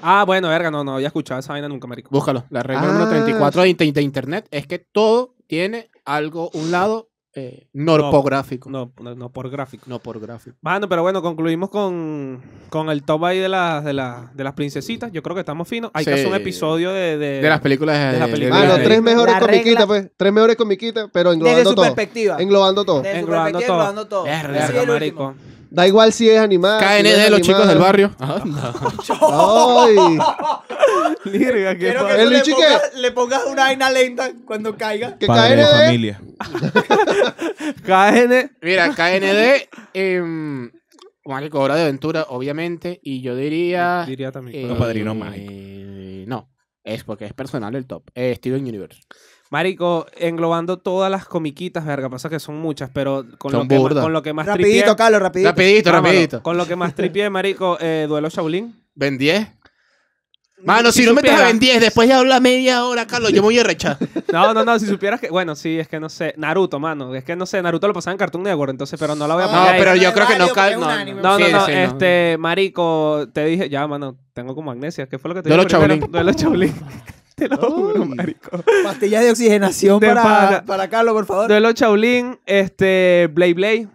B: Ah, bueno, verga, no, no había escuchado esa vaina nunca, marico.
A: Búscalo. La regla
D: Ah.
A: número 34 de, inter- de internet es que todo tiene algo, un lado eh, norpográfico. No,
B: No, no, no por gráfico.
A: por gráfico.
B: Mano, pero bueno, concluimos con, con el top ahí de las, de, las, de las princesitas. Yo creo que estamos finos. Hay que hacer un
A: Sí.
B: episodio de... de-
A: De las películas de,
B: de la
A: de-
B: película.
A: de-
D: Ah, los
A: de-
D: tres mejores
C: La
D: comiquitas,
C: regla-
D: pues. Tres mejores comiquitas, pero
C: Desde
D: englobando
C: su
D: todo.
C: perspectiva.
D: Englobando todo.
C: Desde su
B: Englobando
C: perspectiva,
B: todo.
C: englobando todo.
A: Verga,
C: Así es
B: Verga,
C: el
B: marico.
C: último.
D: Da igual si es animada. si no es
A: KND de los chicos
D: animada.
A: del barrio. Ajá.
D: (laughs) Ay,
C: (laughs)
B: (laughs) Lirga, qué
C: Quiero
B: po-
C: que tú
D: El
C: le
D: bicho
C: pongas, le pongas una vaina lenta cuando caiga.
D: que
E: Padre de
D: KND.
E: familia.
B: KN.
A: Mira, KND. em, marico, Hora de Aventura, obviamente. Y yo diría.
B: Diría también.
A: eh,
E: Los Padrinos Mágicos.
A: No. Es porque es personal el top. Eh, Steven Universe.
B: Marico, englobando todas las comiquitas, verga, pasa que son muchas, pero con,
A: Son
B: lo, que
A: burdas.
B: más, con lo que más tripié-
C: Rapidito, Carlos, rapidito.
A: Rapidito,
B: Vámonos,
A: rapidito.
B: Con lo que más
C: (laughs)
B: tripié, marico, eh, duelo Shaolin.
A: Ben 10. Mano, si, no metes
B: supieras-
A: a Ben 10, después ya habla media hora, Carlos. Yo me voy a rechazar.
B: No, no, no, si supieras que... Bueno, sí, es que no sé. Naruto, mano, es que no sé. Naruto lo pasaba en Cartoon Network, entonces, pero no la voy a
C: No,
B: poner
A: No,
B: ahí.
A: pero
C: no
A: yo
C: es
A: creo que no
C: válido porque
A: cal.
C: es un
A: No,
C: anime.
B: No,
A: sí,
B: no, no,
A: sí,
B: este, marico, te dije, ya, mano, tengo como magnesia, ¿qué fue lo que te
A: Duelo
B: dije? primero?
A: Shaolin.
B: Duelo Shaolin. Te lo
A: Oh,
B: juro,
D: Uy.
B: marico.
C: Pastillas de oxigenación
B: De
C: para,
B: pana.
C: para Carlos, por favor.
B: Duelo Shaolin, este, Blade Blade.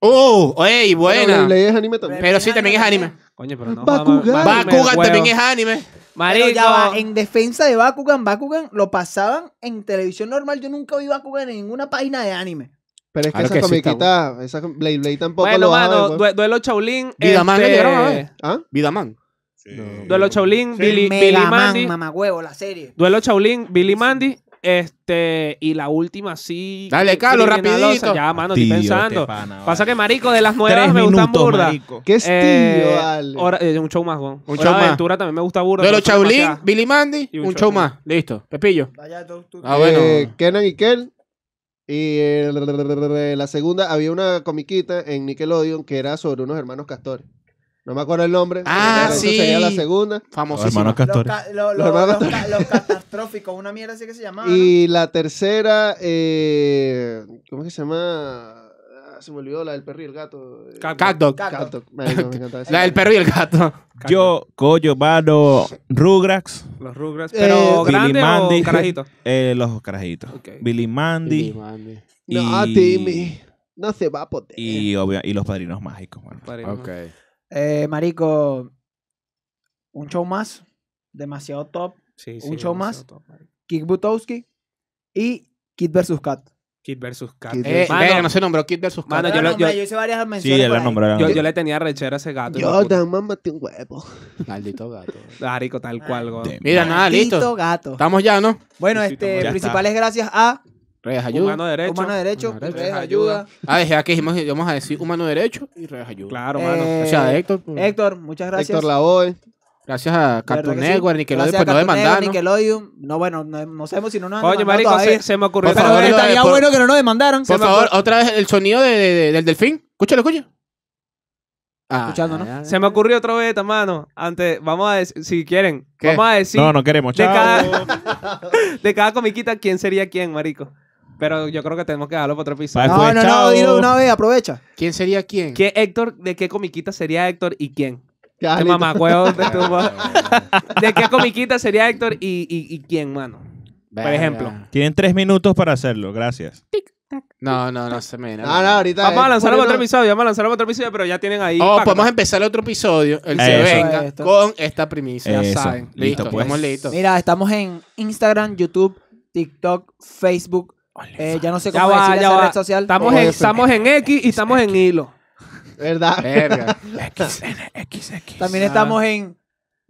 A: ¡Oh! ¡Ey,
D: Bueno,
A: buena!
D: Blade es anime también.
A: Pero sí, también es anime.
B: Coño, pero no.
D: Bakugan.
B: joda, ma- ma-
A: Bakugan
B: huevo.
A: también es anime.
C: Pero
B: Marico.
C: ya va, en defensa de Bakugan, Bakugan lo pasaban en televisión normal. Yo nunca vi Bakugan en ninguna página de anime.
D: Pero es que
A: Claro
D: esas
A: que sí, está
D: comiquitas, esas Blade Blade tampoco
B: Bueno,
D: lo van a
B: mano,
D: ver, pues.
B: due- duelo Chaulín.
A: Vidaman lo
B: este,
A: llegaron a ver.
D: ¿Ah?
A: Vidaman.
B: Duelo Chaulín, Billy, Billy Mandy.
C: Megaman, mamagüevo, la serie.
B: Duelo Chaulín, Billy Mandy. Este, y la última sí.
A: Dale, Carlos,
B: criminalosa.
A: rapidito.
B: Ya, mano, estoy
E: Tío,
B: pensando.
E: este pana,
B: Pasa
E: vale.
B: que, marico, de las nuevas
E: Tres
B: me gustan
E: minutos,
B: burda.
E: marico.
D: Qué estilo,
B: Eh,
D: dale.
B: hora- eh, un show más, weón.
A: Un
B: Hora
A: show
B: de
A: más.
B: aventura también me gusta burda.
A: De los
B: pero son
A: Shaolin,
B: demasiadas.
A: Billy Mandy,
B: Y
A: un, show más. Listo. Pepillo.
C: Vaya, tú- tú-
A: Ah,
D: Eh,
A: bueno.
D: Kenan y Kel. Y eh, la segunda, había una comiquita en Nickelodeon que era sobre unos hermanos castores. No me acuerdo el nombre.
A: Ah,
D: Esa
A: sí.
D: sería la segunda.
E: Los
A: Famosísimo.
E: hermanos
C: Los,
E: Castores.
C: ca- lo-
D: Los
C: lo-
D: hermanos
C: los ca- los catastróficos, una mierda así que se llamaba. ¿no?
D: Y la tercera, eh, ¿cómo es que se llama? Ah, se me olvidó la del perro y el gato. eh,
B: Cat-
A: Catdog.
D: Catdog. Marico, me encantaba esa.
A: La del perro y el gato.
E: Yo, Coyo, Mano, Rugrax,
B: Los Rugrats. Pero
D: Eh,
E: Billy
B: grande
E: Mandy,
B: o carajito.
E: eh, los carajitos.
B: Ok.
E: Billy Mandy
D: No, a
E: y-
D: Timmy. No se va a poder.
E: y, obvia- y los padrinos mágicos. mano.
B: Padrino.
C: Eh, marico, un show más, demasiado top.
B: Sí,
C: Un show más.
B: demasiado top, marico.
C: Kick Butowski y Kid vs. Cat.
B: Kid versus Cat.
D: Kid
A: Eh,
D: versus-
B: Mano,
A: verga, no se nombró Kid versus Cat.
B: Mano, yo
C: Ya
B: lo-
C: nombré,
B: yo-
C: hice varias
E: Sí,
C: menciones.
E: ya
C: por
E: la
C: ahí.
E: nombraron.
B: yo, yo le tenía rechera a ese gato. hijo de puta.
D: Jordan, mámate un huevo.
A: Maldito gato.
B: Marico, tal cual, weón.
E: Damn.
A: Mira, nada,
C: Maldito
A: Ah, listo.
C: gato.
A: Estamos ya, ¿no?
C: Bueno,
B: Sí, sí,
C: este,
B: estamos-
E: Ya
C: principales gracias a
A: Redes
B: Humano
A: ayuda.
B: derecho.
C: Humano Derecho,
A: Humano Derecho.
C: Redes Ayuda.
A: Ah, dejé aquí, dijimos, vamos a decir humano derecho y redes ayuda.
B: Claro, mano.
C: Eh,
A: O sea, Héctor, pues,
C: Héctor, muchas gracias.
D: Héctor Lavoe.
A: gracias a Cartoon
C: que sí.
A: Network, Nickelodeon, pues,
C: Gracias a
A: por no
C: Cartoon Network,
A: demandarnos.
C: Nickelodeon. No, bueno, no, no sabemos si no nos han
B: Coño,
C: demandado
B: marico,
C: todavía.
B: se, se me ocurrió
A: Por
C: Pero
B: esa-
A: favor, lo de-
C: estaría
A: por-
C: bueno que no nos demandaran.
A: Por favor, otra vez el sonido de- de- del delfín. Escúchalo, escucha. Ah,
C: Escuchando, ¿no?
A: ya, ya.
B: Se me ocurrió otra vez, mano. Antes, vamos a decir, si quieren,
A: ¿Qué?
B: vamos a decir
E: No, no queremos.
B: de,
E: Chao.
B: cada, de cada comiquita quién sería quién, marico. Pero yo creo que tenemos que dejarlo para otro episodio.
E: Bye.
C: No,
E: Pues,
C: no, no,
E: chao.
C: dilo de una vez, aprovecha.
A: ¿Quién sería quién?
B: ¿Qué Héctor, de qué comiquita sería Héctor y quién?
D: Ya,
B: ¿Qué
D: Ah, listo.
B: mamacuevo de tu
A: Ah,
B: (laughs) ¿De qué comiquita sería Héctor y, y, y quién, mano?
A: Verga.
B: ejemplo.
E: Tienen tres minutos para hacerlo. Gracias.
A: No, no, no se me viene.
D: No, no, ahorita.
B: Vamos a
D: eh,
B: lanzarlo para
D: bueno,
B: otro episodio, vamos a lanzarlo para otro episodio, pero ya tienen ahí.
A: Oh,
B: pacto.
A: podemos empezar otro episodio, el
E: Eso.
A: se venga,
C: Esto.
A: con esta primicia.
E: Eso.
A: Ya saben.
E: Listo,
A: Listo,
E: pues.
A: estamos listos.
C: Mira, estamos en Instagram, YouTube, TikTok, Facebook. eh, ya no sé
B: Ya
C: cómo
B: va,
C: decir
B: ya
C: esa
B: va.
C: red social. Pues,
B: Estamos en, estamos en X y estamos en hilo.
A: Eh,
D: ¿Verdad?
A: Verga.
C: También estamos en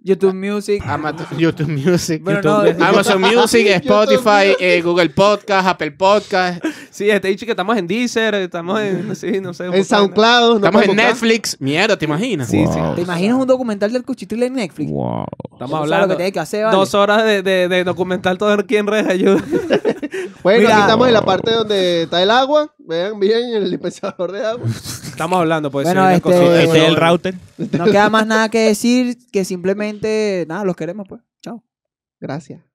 C: YouTube Music.
A: Ama- YouTube Music.
C: Bueno,
A: YouTube
C: no,
A: Music. Amazon Music, Spotify, eh, Google Podcast, Apple Podcast.
B: Sí, este dicho que estamos en Deezer, estamos en. Sí, no sé.
D: En SoundCloud. no
A: Estamos en
D: podemos buscar.
A: Netflix. Mierda, ¿te imaginas?
B: Sí, sí.
E: Wow.
C: ¿Te imaginas un documental del cuchitril en Netflix?
E: Wow.
B: Estamos
C: Eso es lo
B: hablando.
C: que tienes que hacer, ¿vale?
B: Dos horas de, de, de documental todo el quien red
C: (laughs)
B: ayuda.
D: Bueno,
C: Mira.
D: aquí estamos en la parte donde está el agua. Vean bien el (laughs) dispensador de agua.
B: Estamos hablando, pues.
C: Bueno,
B: sí,
C: este-
B: una cosa-
C: Eh,
E: Este es el router.
C: No queda más nada que decir que simplemente, nada, los queremos, pues. Chao.
D: Gracias.